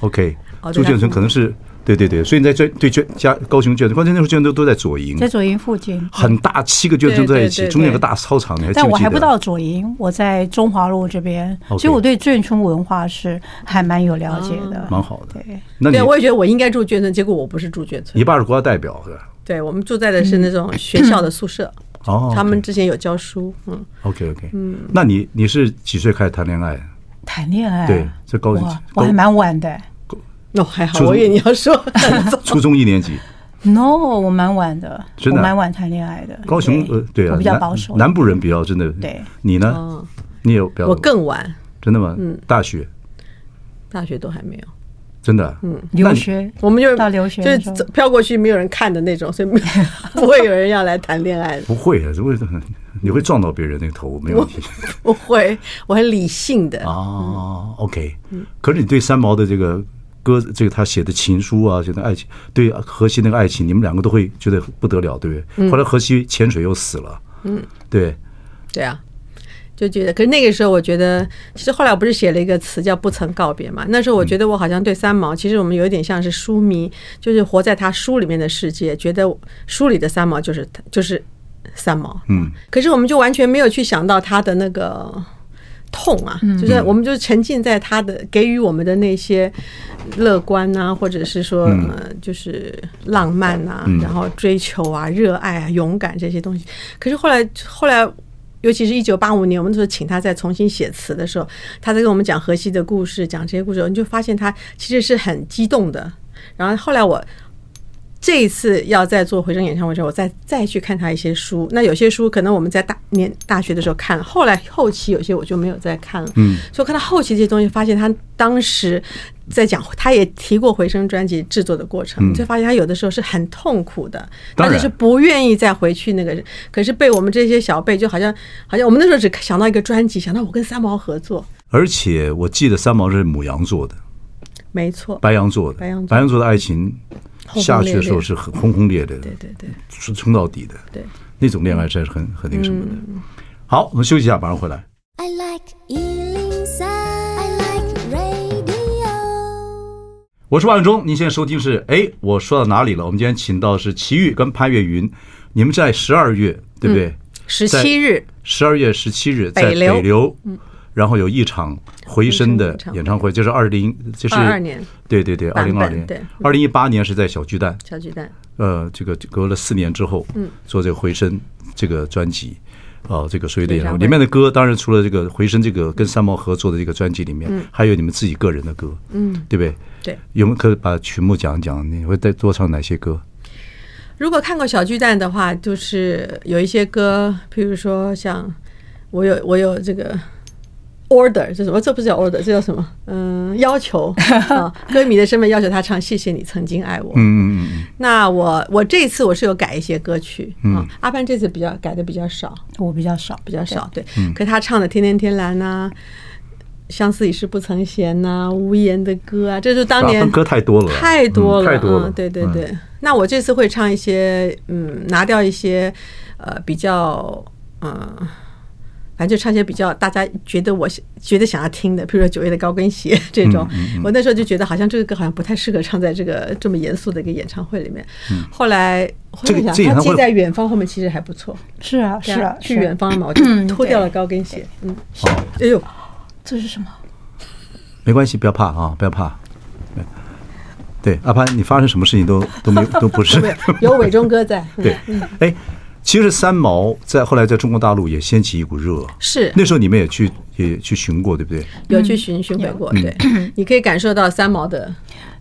Speaker 1: OK，
Speaker 2: 哦
Speaker 1: 住
Speaker 2: 对
Speaker 1: 眷
Speaker 2: 他
Speaker 1: 村
Speaker 2: 父
Speaker 1: 可能是对对对，所以你在眷对眷家高雄眷村，关键那时候眷村都都在左营，
Speaker 3: 在左营附近，
Speaker 1: 很大七个眷村都在一起，
Speaker 2: 对对对
Speaker 1: 中间有个大操场，你还记
Speaker 3: 但我
Speaker 1: 记
Speaker 3: 还不
Speaker 1: 得？
Speaker 3: 到左营，我在中华路这边
Speaker 1: OK
Speaker 3: 所以我对眷村文化是还蛮有了解的。
Speaker 1: 蛮好的。
Speaker 3: 对，
Speaker 1: 那你
Speaker 2: 对，我也觉得我应该住眷村，结果我不是住眷村。
Speaker 1: 你爸是国家代表是吧？
Speaker 2: 对我们住在的是那种学校的宿舍，
Speaker 1: 哦，
Speaker 2: 他们之前有教书，嗯，
Speaker 1: OK OK，嗯，那你你是几岁开始谈恋爱？
Speaker 3: 谈恋爱，
Speaker 1: 对这高
Speaker 3: 我我还蛮晚的。
Speaker 2: 哦，还好，
Speaker 1: 初中
Speaker 2: 我以为你
Speaker 1: (laughs)
Speaker 2: 要说 (laughs)
Speaker 1: 初中一年级，
Speaker 3: No，我蛮晚的，
Speaker 1: 真的啊
Speaker 3: 我蛮晚谈恋爱的。
Speaker 1: 高雄呃对啊，
Speaker 3: 我比较
Speaker 1: 南
Speaker 3: 保守。
Speaker 1: 南部人比较真的。
Speaker 3: 对，
Speaker 1: 你呢
Speaker 2: 哦？
Speaker 1: 你有比较
Speaker 2: 我更晚，
Speaker 1: 真的吗？大学
Speaker 2: 大学都还没有，
Speaker 1: 真的，嗯，
Speaker 3: 留学，
Speaker 2: 我们就
Speaker 3: 到留学
Speaker 2: 就
Speaker 3: 的
Speaker 2: 是
Speaker 3: 时候
Speaker 2: 走飘过去没有人看的那种，所以没 (laughs) 不会有人要来谈恋爱的，
Speaker 1: 不会啊，这为什么你会撞到别人那个头？没问题。
Speaker 2: 不会，我很理性的，
Speaker 1: (laughs) 哦，OK，可是你对三毛的这个歌，这个他写的情书啊，写的爱情，对荷西那个爱情，你们两个都会觉得不得了，对不
Speaker 2: 嗯
Speaker 1: 对？后来荷西潜水又死了，嗯，对，
Speaker 2: 对啊，就觉得，可是那个时候我觉得，其实后来我不是写了一个词叫“不曾告别”嘛？那时候我觉得我好像对三毛，其实我们有一点像是书迷，就是活在他书里面的世界，觉得书里的三毛就是他，就是三毛。
Speaker 1: 嗯，
Speaker 2: 可是我们就完全没有去想到他的那个痛啊，就是我们就沉浸在他的给予我们的那些乐观啊，或者是说、呃，就是浪漫啊，然后追求啊、热爱啊、勇敢这些东西。可是后来，后来。尤其是一九八五年，我们那时候请他再重新写词的时候，他在跟我们讲荷西的故事，讲这些故事，你就发现他其实是很激动的。然后后来我这一次要再做回声演唱会之后，我再再去看他一些书。那有些书可能我们在大年大学的时候看了，后来后期有些我就没有再看了。嗯，所以我看到后期这些东西，发现他当时在讲，他也提过回声专辑制作的过程，你就发现他有的时候是很痛苦的，
Speaker 1: 当
Speaker 2: 但
Speaker 1: 然
Speaker 2: 是是不愿意再回去那个。可是被我们这些小辈，就好像好像我们那时候只想到一个专辑，想到我跟三毛合作，
Speaker 1: 而且我记得三毛是母羊座的，
Speaker 2: 没错，
Speaker 1: 白羊座的，
Speaker 2: 白羊座
Speaker 1: 的爱情
Speaker 2: 轰
Speaker 1: 下
Speaker 2: 轰烈烈
Speaker 1: 去的时候是很轰轰烈烈的，
Speaker 2: 对对对
Speaker 1: 是冲到底的，
Speaker 2: 对。嗯
Speaker 1: 那种恋爱才是很很那个什么的。好，我们休息一下，马上回来。
Speaker 4: I like Ealing Sound. I like radio.
Speaker 1: 我是万忠，您现在收听是哎，我说到哪里了？我们今天请到是齐豫跟潘越云，你们在十二月对不对？
Speaker 2: 十
Speaker 1: 在
Speaker 2: 七日
Speaker 1: 十二月十七日在
Speaker 2: 嗯北流嗯
Speaker 1: 北流，然后有一场回声的
Speaker 2: 回声
Speaker 1: 演唱会，就是二零，就是
Speaker 2: 22年，
Speaker 1: 对对对，二
Speaker 2: 版
Speaker 1: 零
Speaker 2: 本
Speaker 1: 二零
Speaker 2: 对，
Speaker 1: 二零一八年是在小巨蛋，
Speaker 2: 小巨蛋。
Speaker 1: 呃，这个隔了四年之后，嗯，做这个回声这个专辑，啊，这个所以的演唱会
Speaker 2: 演唱会
Speaker 1: 里面的歌，当然除了这个回声这个跟三毛合作的这个专辑里面，还有你们自己个人的歌，嗯，对不对？
Speaker 2: 嗯对，
Speaker 1: 有没有可以把曲目讲一讲？你会再多唱哪些歌？
Speaker 2: 哦如果看过小巨蛋的话，就是有一些歌，譬如说像我有我有这个 order，这什么？这不是叫 order，这叫什么？嗯，要求啊，歌迷的身份要求他唱《谢谢你曾经爱我》。
Speaker 1: 嗯嗯嗯
Speaker 2: 那我我这次我是有改一些歌曲啊，阿潘这次比较改的比较少，
Speaker 3: 我比较少，
Speaker 2: 比较少对。可他唱的《天天天蓝》呐，《相思已是不曾闲》呐，《无言的歌》啊，这就是
Speaker 1: 嗯，
Speaker 2: 当
Speaker 1: 打
Speaker 2: 年
Speaker 1: 分歌太多了，
Speaker 2: 太多
Speaker 1: 嗯
Speaker 2: 了，
Speaker 1: 太多了，
Speaker 2: 嗯，对对
Speaker 1: 嗯
Speaker 2: 对。那我这次会唱一些，嗯，拿掉一些，呃，比较，嗯、呃反正就唱些比较大家觉得我觉得想要听的，比如说九月的高跟鞋这种。
Speaker 1: 嗯
Speaker 2: 我那时候就觉得好像这个歌好像不太适合唱在这个这么严肃的一个演唱会里面。后来后
Speaker 1: 嗯这
Speaker 2: 来
Speaker 1: 个
Speaker 2: 想，
Speaker 1: 这演
Speaker 2: 他
Speaker 1: 唱会
Speaker 2: 接在远方后面其实还不错，
Speaker 3: 是啊，
Speaker 2: 对
Speaker 3: 是啊，
Speaker 2: 去
Speaker 3: 是啊
Speaker 2: 远方嘛，我就脱掉了高跟鞋，嗯，哎呦，
Speaker 3: 这是什么？
Speaker 1: 没关系，不要怕啊，不要怕。对，对阿潘，你发生什么事情都都
Speaker 2: (laughs)
Speaker 1: 没都不是。
Speaker 2: 有伟忠哥在，嗯
Speaker 1: 对，哎，其实三毛在后来在中国大陆也掀起一股热，
Speaker 2: 是
Speaker 1: 那时候你们也去也去巡过，对不对？
Speaker 2: 有去巡巡回
Speaker 1: 嗯
Speaker 2: 过，对，你可以感受到三毛的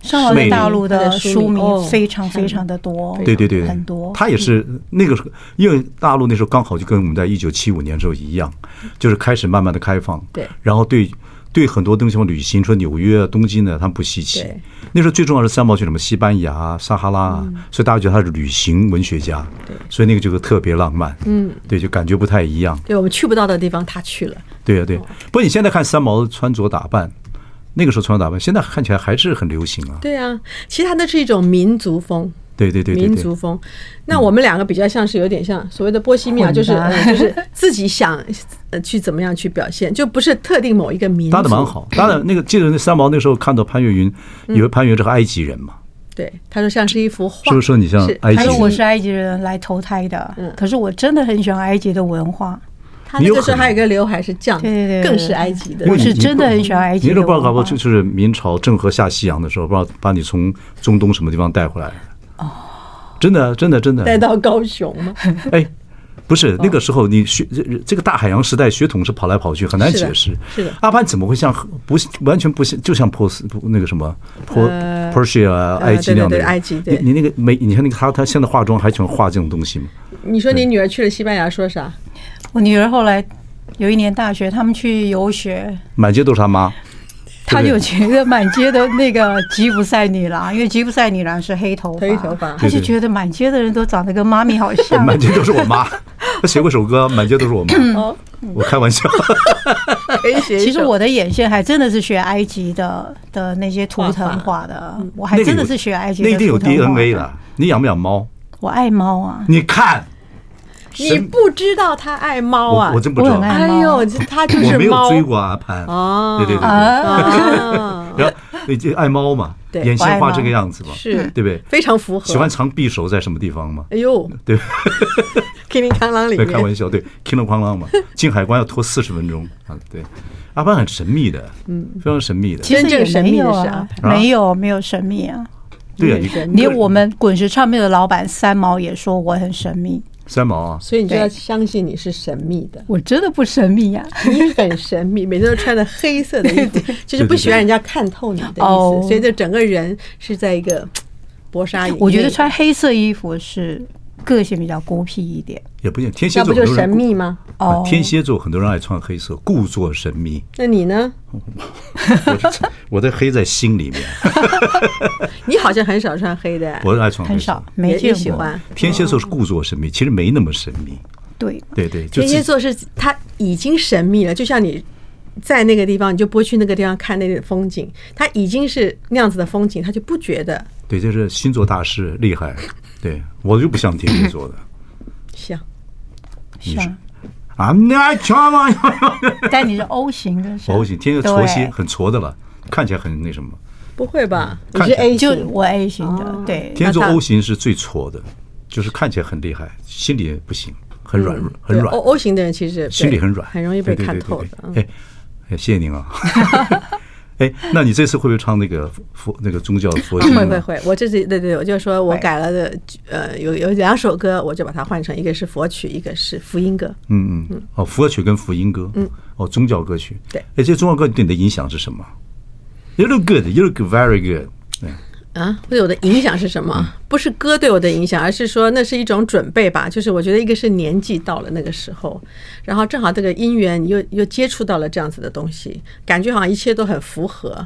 Speaker 3: 上了
Speaker 1: 魅力
Speaker 3: 大陆的书
Speaker 2: 它的书名哦
Speaker 3: 迷非常非常的多，
Speaker 1: 对对对，
Speaker 3: 很多。
Speaker 1: 他也是那个时候，因为大陆那时候刚好就跟我们在一九七五年时候一样，就是开始慢慢的开放，
Speaker 2: 对
Speaker 1: 然后对对很多东西，像旅行，说纽约啊、东京呢，他们不稀奇
Speaker 2: 对。
Speaker 1: 那时候最重要是三毛去什么西班牙啊、撒哈拉啊，所以大家觉得他是旅行文学家，对，所以那个就是特别浪漫，嗯，对，就感觉不太一样，
Speaker 2: 对我们去不到的地方，他去了。
Speaker 1: 对呀、对。不过你现在看三毛的穿着打扮，那个时候穿着打扮，现在看起来还是很流行啊，
Speaker 2: 对啊，其实它那是一种民族风。
Speaker 1: 对对对对嗯
Speaker 2: 民
Speaker 1: 对
Speaker 2: 族风，那我们两个比较像是有点像所谓的波西米
Speaker 1: (laughs)
Speaker 2: 亚，
Speaker 3: 混搭
Speaker 2: 就是、呃就是自己想呃去怎么样去表现，就不是特定某一个民族。
Speaker 1: 搭的蛮好，搭的那个记得那三毛那时候看到潘越云，以为潘越云是个埃及人嘛，
Speaker 2: 对，他说像是一幅画。
Speaker 1: 是不是说你像
Speaker 2: 是
Speaker 1: 埃及
Speaker 3: 他说
Speaker 1: 人？
Speaker 3: 我是埃及人来投胎的，
Speaker 2: 嗯
Speaker 3: 可是我真的很喜欢埃及的文化，
Speaker 2: 他
Speaker 1: 你
Speaker 2: 那
Speaker 1: 有
Speaker 2: 个时
Speaker 1: 可
Speaker 2: 候
Speaker 1: 能
Speaker 2: 还有一个刘海是这样，
Speaker 3: 对对对
Speaker 2: 更是埃及的
Speaker 1: 因。为你
Speaker 3: 我是真的很喜欢埃及
Speaker 1: 你
Speaker 3: 的
Speaker 1: 那不知道搞
Speaker 3: 文
Speaker 1: 不
Speaker 3: 化
Speaker 1: 好。就是明朝郑和下西洋的时候，不知道把你从中东什么地方带回来哦，真的真的真
Speaker 2: (laughs)
Speaker 1: 的，
Speaker 2: 带到高雄
Speaker 1: (laughs)
Speaker 2: 嘛，
Speaker 1: 哎。不是那个时候，你血这这个大海洋时代血统是跑来跑去，很难
Speaker 2: 是的
Speaker 1: 解释。
Speaker 2: 是的
Speaker 1: 阿潘怎么会像不完全不像，就像波斯不那个什么波
Speaker 2: 呃
Speaker 1: Persia 啊
Speaker 2: 呃
Speaker 1: 埃及那样的
Speaker 2: 对对对
Speaker 1: 人
Speaker 2: 埃及对
Speaker 1: 你你那个美，你看那个他他现在化妆还喜欢画这种东西吗？
Speaker 2: 你说你女儿去了西班牙说啥？
Speaker 3: 我女儿后来有一年大学，他们去游学，
Speaker 1: 满街都是他妈。
Speaker 3: 她
Speaker 1: 对
Speaker 3: 就觉得满街的那个吉普赛女郎，因为吉普赛女郎是黑头发，
Speaker 2: 黑头发
Speaker 3: 她就
Speaker 1: 对对
Speaker 3: 觉得满街的人都长得跟妈咪好
Speaker 1: (laughs)
Speaker 3: 像。
Speaker 1: 满街都是我妈。他写过首歌，满街都是我妈。
Speaker 3: 嗯
Speaker 2: 哦，
Speaker 1: 我开玩笑，
Speaker 2: 可以写一首。
Speaker 3: 其实我的眼线还真的是学埃及的的那些图腾画的，我还
Speaker 1: 那个
Speaker 3: 真的
Speaker 1: 有
Speaker 3: 是学埃及
Speaker 1: 那
Speaker 3: 的
Speaker 1: 一定有
Speaker 3: 图腾画
Speaker 1: DNA。了。你养不养猫？
Speaker 3: 我爱猫啊，
Speaker 1: 你看，
Speaker 2: 你
Speaker 1: 神
Speaker 2: 不知道他爱猫啊？
Speaker 1: 我我真不知
Speaker 3: 我
Speaker 1: 道
Speaker 3: 很，爱
Speaker 2: 哎呦，他就
Speaker 1: 我
Speaker 2: 是
Speaker 1: 没有
Speaker 2: 猫
Speaker 1: 追过阿潘。
Speaker 2: 哦
Speaker 1: 对对对对，
Speaker 3: 啊，
Speaker 2: 啊，
Speaker 1: 然后你就爱猫
Speaker 3: (laughs)
Speaker 1: 嘛，
Speaker 2: 对
Speaker 1: 眼线
Speaker 3: 我爱
Speaker 1: 画
Speaker 3: 猫
Speaker 1: 这个样子嘛，
Speaker 2: 是
Speaker 1: 对不对？
Speaker 2: 非常符合。
Speaker 1: 喜欢藏匕首在什么地方嘛？
Speaker 2: 哎呦， (laughs)
Speaker 1: 对，
Speaker 2: 叮叮当啷里
Speaker 1: 对，开玩
Speaker 2: 面，
Speaker 1: 笑，对，叮了哐啷
Speaker 3: (laughs)
Speaker 1: 嘛，进海关要拖四十分钟啊，对。阿潘很神秘的，嗯，非常神秘的，
Speaker 3: 其实
Speaker 2: 真正
Speaker 3: 也
Speaker 2: 神
Speaker 3: 没
Speaker 2: 秘的
Speaker 3: 有
Speaker 2: 是
Speaker 3: 啊
Speaker 2: 啊，
Speaker 3: 没有没有神秘啊。
Speaker 1: 对啊，
Speaker 2: 很
Speaker 1: 你
Speaker 2: 神
Speaker 3: 连我们滚石唱片的老板三毛也说我很神秘，
Speaker 1: 三毛啊，
Speaker 2: 所以你就
Speaker 3: 对，
Speaker 2: 要相信你是神秘的
Speaker 3: 我真的不神秘呀、
Speaker 2: 你很神秘，每天都穿着黑色的衣服，
Speaker 3: (laughs)
Speaker 2: 就是不喜欢人家看透你的意
Speaker 3: 哦
Speaker 2: 思，所以这整个人是在一个嘖薄纱以内。
Speaker 3: 我觉得穿黑色衣服是个性比较孤僻一点。
Speaker 1: 也不见天蝎
Speaker 2: 那
Speaker 1: 座
Speaker 2: 不
Speaker 1: 很
Speaker 2: 就
Speaker 1: 多
Speaker 2: 神
Speaker 1: 人
Speaker 2: 秘吗？
Speaker 1: 啊
Speaker 3: 哦，
Speaker 1: 天蝎座很多人爱穿黑色，故作神
Speaker 2: (laughs)
Speaker 1: 秘。
Speaker 2: 那你呢？
Speaker 1: 我是我的黑在心里面，
Speaker 2: 你好像很少穿黑的哎，
Speaker 1: 我是爱穿黑
Speaker 3: 很
Speaker 1: 色
Speaker 3: 少。没
Speaker 2: 也
Speaker 3: 见
Speaker 2: 也
Speaker 3: 过。
Speaker 2: 喜欢。
Speaker 1: 天蝎座是故作神秘，其实没那么神秘。
Speaker 3: 对，
Speaker 1: 对对，就
Speaker 2: 天蝎
Speaker 1: 自己
Speaker 2: 座是他已经神秘了，就像你在那个地方，你就不会去那个地方看那个风景，他已经是那样子的风景，他就不觉得
Speaker 1: 对，这是星座大师厉害。对我就不像天蝎座
Speaker 2: (laughs)
Speaker 1: 的。
Speaker 2: 像。
Speaker 3: 是啊。
Speaker 1: I'm not trying，
Speaker 3: 但你是 O 型的，是吧
Speaker 1: 我不行，天蝎座
Speaker 3: 对
Speaker 1: 蝎很挫的了，看起来很那什么。
Speaker 2: 不会吧？你
Speaker 1: 嗯看
Speaker 2: 是
Speaker 1: 起来
Speaker 2: A
Speaker 3: 就
Speaker 2: 型，
Speaker 3: 我 A 型
Speaker 2: 哦
Speaker 3: 的，对，
Speaker 1: 天蝎座
Speaker 2: 那他
Speaker 1: O 型是最挫的，就是看起来很厉害，心里不行，很软弱，很
Speaker 2: 嗯对
Speaker 1: 软
Speaker 2: O，O 型的人其实对
Speaker 1: 心里很软，
Speaker 2: 很容易被
Speaker 1: 对对
Speaker 2: 看
Speaker 1: 对
Speaker 2: 透的。
Speaker 1: 对对
Speaker 2: 嗯
Speaker 1: 哎，哎谢谢您啊。 (laughs) 哎，那你这次会不会唱那个佛那个宗教佛经啊？
Speaker 2: (coughs) 会会会，我这次对对，我就说我
Speaker 1: 哎
Speaker 3: 会
Speaker 2: 改了的，呃，有有两首歌，我就把它换成一个是佛曲，一个是福音歌。
Speaker 1: 嗯嗯，哦，福歌曲跟福音歌，嗯，哦，宗教歌曲，
Speaker 2: 对
Speaker 1: 哎，这宗教歌曲对你的影响是什么？You look good, you look very good，对，哎
Speaker 2: 啊，对我的影响是什么？不是歌对我的影响，而是说那是一种准备吧。就是我觉得一个是年纪到了那个时候，然后正好这个姻缘你又又接触到了这样子的东西，感觉好像一切都很符合。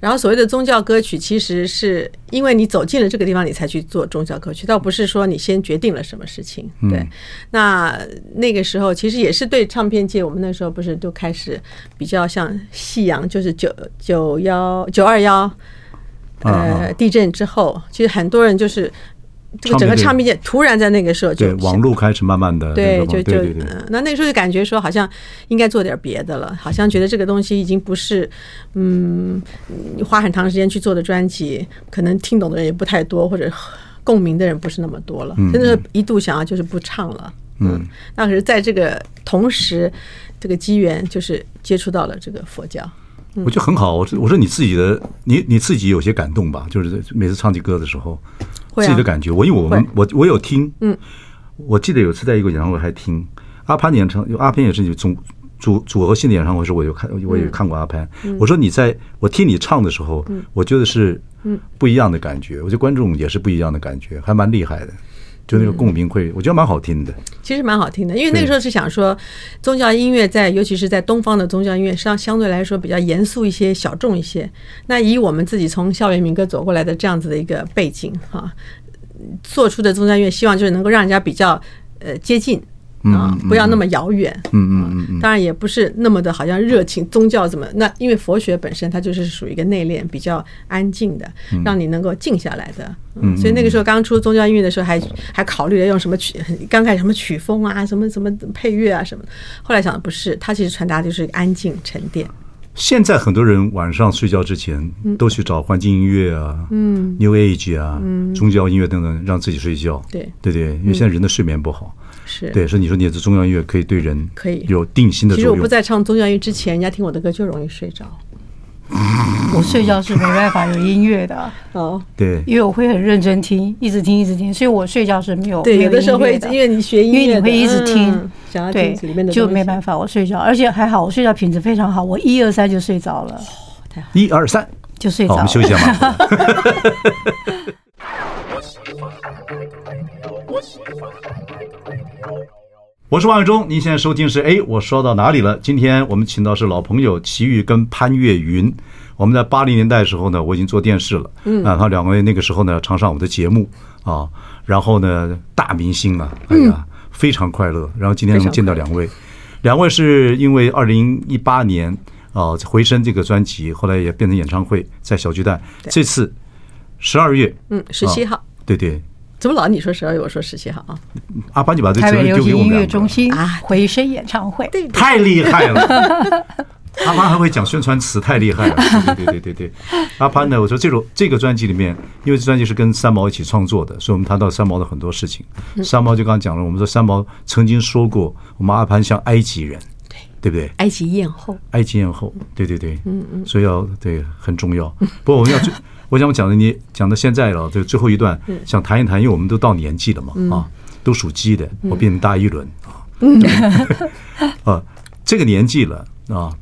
Speaker 2: 然后所谓的宗教歌曲，其实是因为你走进了这个地方，你才去做宗教歌曲，倒不是说你先决定了什么事情。对，那那个时候其实也是对唱片界，我们那时候不是都开始比较像夕阳，就是九九幺九二幺。
Speaker 1: 啊
Speaker 2: 呃，地震之后，其实很多人就是这个整个
Speaker 1: 唱
Speaker 2: 唱片界突然在那个时候就
Speaker 1: 对网络开始慢慢的
Speaker 2: 对，就就
Speaker 1: 对对对，
Speaker 2: 嗯那那个时候就感觉说，好像应该做点别的了，好像觉得这个东西已经不是，嗯，你花很长时间去做的专辑，可能听懂的人也不太多，或者共鸣的人不是那么多了。真的是一度想要就是不唱了，
Speaker 1: 嗯，
Speaker 2: 那可是在这个同时，这个机缘就是接触到了这个佛教。嗯
Speaker 1: 我觉得很好。我说我说你自己的，你你自己有些感动吧？就是每次唱起歌的时候，
Speaker 2: 会啊
Speaker 1: 自己的感觉。我因为我们
Speaker 2: 会
Speaker 1: 我我有听，嗯，我记得有次在一个演唱会还听阿潘的演唱，阿潘也是中组组合性的演唱会时，我有看，我
Speaker 2: 嗯
Speaker 1: 也看过阿潘。我说你在我听你唱的时候，我觉得是
Speaker 2: 嗯
Speaker 1: 不一样的感觉，我觉得观众也是不一样的感觉，还蛮厉害的。就
Speaker 2: 嗯
Speaker 1: 那个共鸣会，我觉得蛮好听的。
Speaker 2: 其实蛮好听的，因为那个时候是想说，宗教音乐在，尤其是在东方的宗教音乐上，相对来说比较严肃一些、小众一些。那以我们自己从校园民歌走过来的这样子的一个背景哈、做出的宗教音乐，希望就是能够让人家比较呃接近啊，不要那么遥远。
Speaker 1: 嗯
Speaker 2: 啊
Speaker 1: 嗯嗯嗯嗯，
Speaker 2: 当然也不是那么的，好像热情宗教怎么那？因为佛学本身它就是属于一个内敛、比较安静的，
Speaker 1: 嗯
Speaker 2: 让你能够静下来的。嗯，所以那个时候刚出宗教音乐的时候还，
Speaker 1: 嗯
Speaker 2: 还考虑了用什么曲， (laughs) 刚开始什么曲风啊，什么什么配乐啊什么的。后来想不是，它其实传达就是安静沉淀。
Speaker 1: 现在很多人晚上睡觉之前
Speaker 2: 嗯
Speaker 1: 都去找环境音乐啊，嗯，New Age 啊，嗯，宗教音乐等等，让自己睡觉。
Speaker 2: 对嗯
Speaker 1: 对对，因为现在人的睡眠不好。
Speaker 2: 是，
Speaker 1: 对，所以你说你的宗教音乐可以对人
Speaker 2: 可以
Speaker 1: 有定心的
Speaker 2: 其实
Speaker 1: 作
Speaker 2: 我不
Speaker 1: 用。
Speaker 2: 在唱宗教音乐之前，人家听我的歌就容易睡着。
Speaker 3: 我睡觉是没办法有音乐的，
Speaker 2: 哦，
Speaker 1: 对，
Speaker 3: 因为我会很认真听，一直听一直听，所以我睡觉是没有
Speaker 2: 对，
Speaker 3: 没
Speaker 2: 有的时候
Speaker 3: 音
Speaker 2: 会
Speaker 3: 乐的
Speaker 2: 因为你学音乐的，
Speaker 3: 因为你会一直听
Speaker 2: 嗯想要
Speaker 3: 对
Speaker 2: 听里面的
Speaker 3: 就没
Speaker 2: 法，
Speaker 3: 办法，我睡觉，而且还好，我睡觉品质非常好，我一二三就睡着了，
Speaker 1: 一二三，
Speaker 3: 就睡
Speaker 1: 好，我
Speaker 3: 着了
Speaker 1: 们。休息一下嘛。我是王伟忠，您现在收听是哎，我说到哪里了？今天我们请到是老朋友齐豫跟潘越云。我们在八零年代的时候呢，我已经做电视了，嗯，啊，他两位那个时候呢常上我的节目啊，然后呢大明星啊，哎呀，非常快乐。然后今天能见到两位，两位是因为二零一八年啊《回声》这个专辑，后来也变成演唱会，在小巨蛋。这次十二月，
Speaker 2: 嗯，十七号。
Speaker 1: 啊对对，
Speaker 2: 怎么老你说十二月，我说十七号啊？
Speaker 1: 阿潘就把这
Speaker 3: 台
Speaker 1: 责
Speaker 3: 北
Speaker 1: 任
Speaker 3: 流
Speaker 1: 丢给
Speaker 3: 行
Speaker 1: 我们
Speaker 3: 音
Speaker 1: 两
Speaker 3: 乐
Speaker 1: 个
Speaker 3: 中心
Speaker 2: 啊
Speaker 3: 回声演唱会，
Speaker 2: 对，
Speaker 1: 太厉害了！阿潘还会讲宣传词，太厉害了！对对对对对，阿潘呢，我说这首这个专辑里面，因为这专辑是跟三毛一起创作的，所以我们谈到三毛的很多事情。三毛就刚刚讲了，我们说三毛曾经说过，我们阿潘像埃及人，对不对？
Speaker 2: 埃及艳后。
Speaker 1: 埃及艳后，对对对，嗯嗯，所以要对很重要。不过我们 (laughs) 要最，我想讲的你讲到现在了，就最后一段想谈一谈，因为我们都到年纪了嘛，啊，都属鸡的，我比你大一轮啊， (laughs) 啊，这个年纪了啊，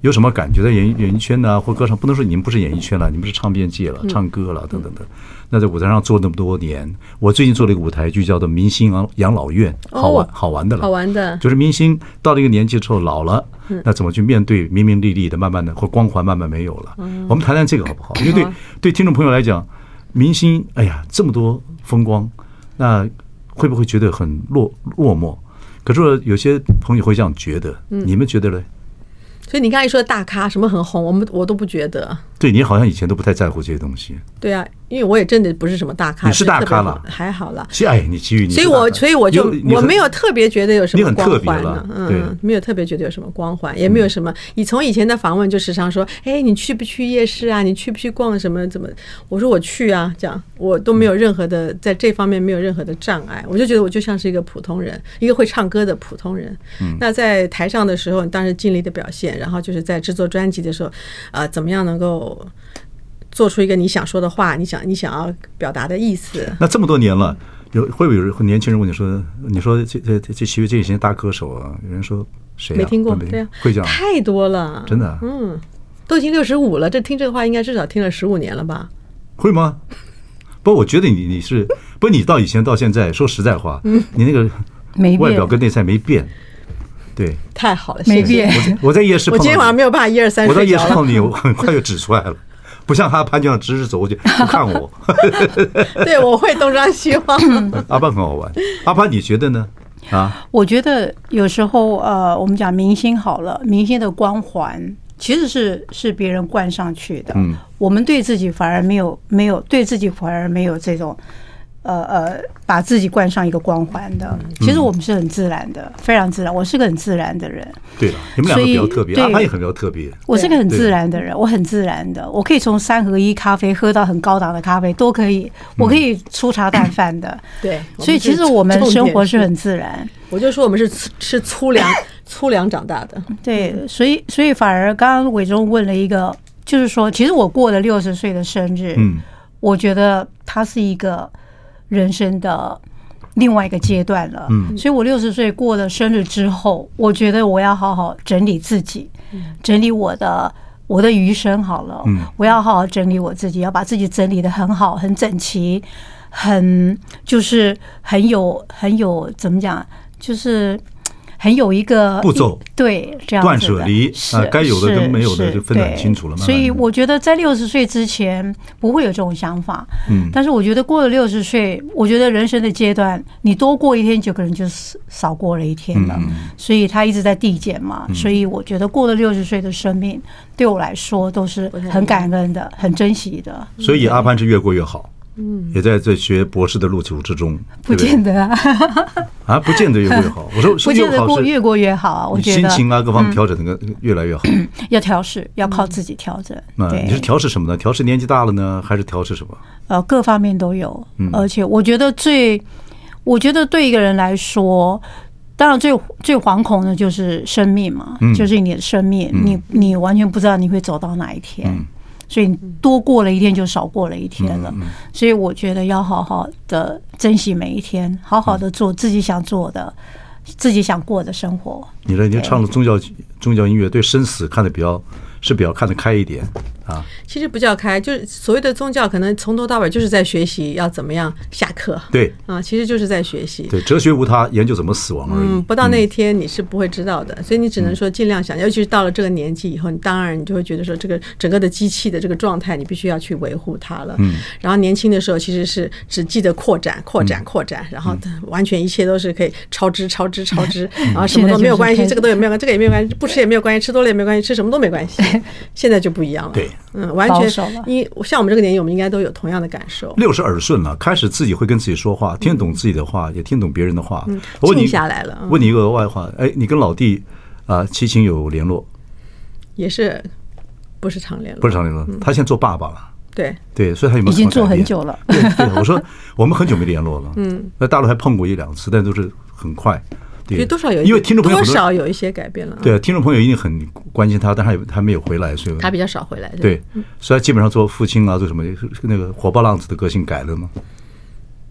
Speaker 1: 有什么感觉在演艺演艺圈呢、或歌唱？不能说你们不是演艺圈了，你们是唱片界了，唱歌了等等等。那在舞台上做那么多年，我最近做了一个舞台剧，叫做《明星养养老院》，好玩
Speaker 2: 哦
Speaker 1: 好玩的了，
Speaker 2: 好玩的
Speaker 1: 就是明星到了一个年纪之后老了，
Speaker 2: 嗯
Speaker 1: 那怎么去面对名名利利的，慢慢的或光环慢慢没有了？
Speaker 2: 嗯
Speaker 1: 我们谈谈这个好不好？因为
Speaker 2: 啊
Speaker 1: 对对听众朋友来讲，明星哎呀这么多风光，那会不会觉得很落落寞？可是有些朋友会这样觉得，
Speaker 2: 嗯
Speaker 1: 你们觉得呢？
Speaker 2: 所以你刚才说的大咖什么很红，我们我都不觉得。
Speaker 1: 对你好像以前都不太在乎这些东西。
Speaker 2: 对啊，因为我也真的不是什么大咖，
Speaker 1: 你是大咖了
Speaker 2: 特别红还好啦。
Speaker 1: 其实哎，你其余你
Speaker 2: 所
Speaker 1: 是
Speaker 2: 以
Speaker 1: 大
Speaker 2: 我
Speaker 1: 咖
Speaker 2: 所以我就
Speaker 1: 有哎你
Speaker 2: 我
Speaker 1: 很
Speaker 2: 没有特别觉得有什
Speaker 1: 你
Speaker 2: 么
Speaker 1: 很特
Speaker 2: 光
Speaker 1: 别
Speaker 2: 环
Speaker 1: 了
Speaker 2: 呢，
Speaker 1: 对嗯
Speaker 2: 嗯，没有特别觉得有什么光环，也没有什么。你从以前的访问就时常说，哎，你去不去夜市啊？你去不去逛什么？怎么？我说我去啊，这样我都没有任何的在这方面没有任何的障碍，我就觉得我就像是一个普通人，一个会唱歌的普通人。
Speaker 1: 嗯
Speaker 2: 那在台上的时候，你当时尽力的表现，然后就是在制作专辑的时候，啊，怎么样能够？做出一个你想说的话，你想你想要表达的意思，
Speaker 1: 那这么多年了，有会不会有人年轻人问你说，你说这这这这其实这些大歌手啊，有人说谁、啊、
Speaker 2: 没听过，
Speaker 1: 都没
Speaker 2: 对啊，
Speaker 1: 会讲
Speaker 2: 太多了，
Speaker 1: 真的啊
Speaker 2: 嗯，都已经六十五了，这听这个话应该至少听了十五年了吧？
Speaker 1: 会吗？不，我觉得你你是不你到以前到现在，说实在话，你那个
Speaker 3: 嗯没
Speaker 1: 外表
Speaker 3: 变，
Speaker 1: 跟内在没变。对，
Speaker 2: 太好了，
Speaker 3: 没
Speaker 2: 谢谢。
Speaker 3: 变。 (laughs)
Speaker 1: 我在夜市
Speaker 2: 我
Speaker 1: 碰到
Speaker 2: 今
Speaker 1: 你，
Speaker 2: 天晚上没有办法一二三
Speaker 1: 我在
Speaker 2: 睡
Speaker 1: 夜
Speaker 2: 着
Speaker 1: 市碰
Speaker 2: 了
Speaker 1: 到。你，我很快就指出来了，不像他潘这样直直走
Speaker 3: (laughs)
Speaker 1: 过去不看我。
Speaker 2: (laughs) 对，我会东张西
Speaker 3: 嗯
Speaker 2: 望。
Speaker 1: 阿潘很好玩，阿潘你觉得呢？啊，
Speaker 3: 我觉得有时候呃，我们讲明星好了，明星的光环其实是是别人冠上去的，
Speaker 1: 嗯，
Speaker 3: 我们对自己反而没有没有对自己反而没有这种呃呃，把自己冠上一个光环的。其实我们是很自然的，非常自然。我是个很自然的人，
Speaker 1: 对了，你们两个
Speaker 3: 所
Speaker 1: 比
Speaker 3: 以
Speaker 1: 较特别，
Speaker 3: 对
Speaker 1: 阿潘也很比较特别。
Speaker 3: 我是个很
Speaker 1: 对
Speaker 3: 自然的人，我很自然的，我可以从三合一咖啡喝到很高档的咖啡都可以，我可以粗茶淡饭的。
Speaker 2: 对，
Speaker 3: 所以其实我们
Speaker 2: 重点
Speaker 3: 生活是很，自然，
Speaker 2: 我就说我们是吃吃粗粮 (laughs) 粗粮长大的，
Speaker 3: 对，所以所以反而刚刚伟忠问了一个，就是说，其实我过了六十岁的生日，
Speaker 1: 嗯，
Speaker 3: 我觉得它是一个人生的另外一个阶段了。
Speaker 1: 嗯，
Speaker 3: 所以我六十岁过了生日之后，我觉得我要好好整理自己，整理我的我的余生好了。
Speaker 1: 嗯
Speaker 3: 我要好好整理我自己，要把自己整理的很好，很整齐，很就是很有很有怎么讲，就是。很有一个
Speaker 1: 步骤
Speaker 3: 一对这样
Speaker 1: 断
Speaker 3: 子的
Speaker 1: 舍离
Speaker 3: 是
Speaker 1: 呃该有的
Speaker 3: 是
Speaker 1: 跟没有的
Speaker 3: 是
Speaker 1: 就分得很
Speaker 3: 对
Speaker 1: 清楚了慢慢
Speaker 3: 所以
Speaker 1: 地
Speaker 3: 我觉得在六十岁之前不会有这种想法，
Speaker 1: 嗯
Speaker 3: 但是我觉得过了六十岁，我觉得人生的阶段，你多过一天，就可能就少少过了一天了。
Speaker 1: 嗯嗯嗯
Speaker 3: 所以它一直在递减嘛。所以我觉得过了六十岁的生命，对我来说都是很感恩
Speaker 1: 嗯
Speaker 3: 的，很珍惜的。
Speaker 1: 所以阿潘是越过越好，嗯，也在在学博士的路途之中，
Speaker 3: 不
Speaker 1: 对对
Speaker 3: 见得啊，
Speaker 1: 啊，不见得越过越好。我说
Speaker 3: (laughs) 不
Speaker 1: 说
Speaker 3: 见
Speaker 1: 越
Speaker 3: 得
Speaker 1: 好
Speaker 3: 过
Speaker 1: 是
Speaker 3: 越过越好啊。我
Speaker 1: 你
Speaker 3: 觉
Speaker 1: 心
Speaker 3: 得
Speaker 1: 情啊各方面调整那个越来越好。
Speaker 3: 要调试，要靠自己调整。
Speaker 1: 那
Speaker 3: 对
Speaker 1: 嗯你是调试什么呢？调试年纪大了呢，还是调试什么？
Speaker 3: 呃，各方面都有
Speaker 1: 嗯。
Speaker 3: 而且我觉得最，我觉得对一个人来说，当然最最惶恐的就是生命嘛，
Speaker 1: 嗯
Speaker 3: 就是你的生命，
Speaker 1: 嗯
Speaker 3: 你你完全不知道你会走到哪一天。
Speaker 1: 嗯
Speaker 3: 所以你多过了一天就少过了一天了，
Speaker 1: 嗯嗯
Speaker 3: 所以我觉得要好好的珍惜每一天，好好的做自己想做的、自己想过的生活。
Speaker 1: 你这已经唱了宗教宗教音乐，对生死看得比较是比较看得开一点啊。
Speaker 2: 其实不叫开，就是所谓的宗教，可能从头到尾就是在学习要怎么样下课，
Speaker 1: 对
Speaker 2: 啊，其实就是在学习。
Speaker 1: 对，哲学无他，研究怎么死亡而已。
Speaker 2: 嗯，不到那一天你是不会知道的，
Speaker 1: 嗯
Speaker 2: 所以你只能说尽量想，尤其是到了这个年纪以后，你当然你就会觉得说，这个整个的机器的这个状态，你必须要去维护它了。嗯，然后年轻的时候其实是只记得扩展、扩
Speaker 1: 嗯
Speaker 2: 展、扩展，然后完全一切都是可以超支、超支、超支，
Speaker 1: 嗯
Speaker 2: 然
Speaker 1: (laughs)
Speaker 2: 后什么都没有关系，
Speaker 3: 现在就是开始
Speaker 2: 这个都也没有关系，这个也没有关系，不吃也没有关系，吃多了也没有关系，吃什么都没关
Speaker 1: (laughs)
Speaker 2: 系。现在就不一样了，
Speaker 1: 对，
Speaker 2: 嗯，完
Speaker 3: 保
Speaker 2: 全
Speaker 3: 守了
Speaker 2: 你像我们这个年纪，我们应该都有同样的感受。
Speaker 1: 六十耳顺了，开始自己会跟自己说话，听懂自己的话，也听懂别人的话。我问你
Speaker 2: 静下来了嗯
Speaker 1: 问你一个额外话，哎，你跟老弟啊齐秦有联络，
Speaker 2: 也是不是常联络？
Speaker 1: 不是常联络，
Speaker 2: 嗯
Speaker 1: 他现在做爸爸了，
Speaker 2: 对，
Speaker 1: 对，所以他有没有
Speaker 3: 已经
Speaker 1: 什么
Speaker 3: 做
Speaker 1: 改
Speaker 3: 很
Speaker 1: 变
Speaker 3: 久了，
Speaker 1: 对对，
Speaker 2: (laughs)
Speaker 1: 我说我们很久没联络了，嗯，在大陆还碰过一两次，但都是很快，
Speaker 2: 觉
Speaker 1: 对，
Speaker 2: 得多少有一
Speaker 1: 因为
Speaker 2: 点
Speaker 1: 听众朋友
Speaker 2: 多
Speaker 1: 很多，
Speaker 2: 少有一些改变了啊。
Speaker 1: 对，听众朋友一定很关心他，但还还没有回来，所以
Speaker 2: 他比较少回来。吧，
Speaker 1: 对，所以他基本上做父亲啊，做什么那个火爆浪子的个性改了嘛，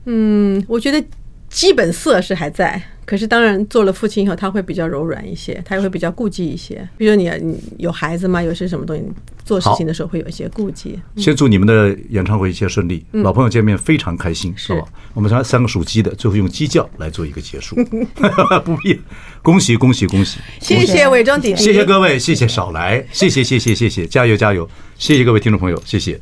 Speaker 2: 嗯，我觉得基本色是还在，可是当然做了父亲以后，他会比较柔软一些，他也会比较顾忌一些。比如你你有孩子嘛，有些什么东西做事情的时候会有一些顾忌。
Speaker 1: 先祝你们的演唱会一切顺利，老朋友见面非常开心，
Speaker 2: 嗯是
Speaker 1: 吧？我们三三个属鸡的，最后用鸡叫来做一个结
Speaker 2: (laughs)
Speaker 1: 束，不必，恭喜恭喜恭喜！
Speaker 2: 谢谢伟忠弟弟，
Speaker 1: 谢谢各位，谢谢少来，谢谢谢谢谢谢，加油加油！谢谢各位听众朋友，谢谢。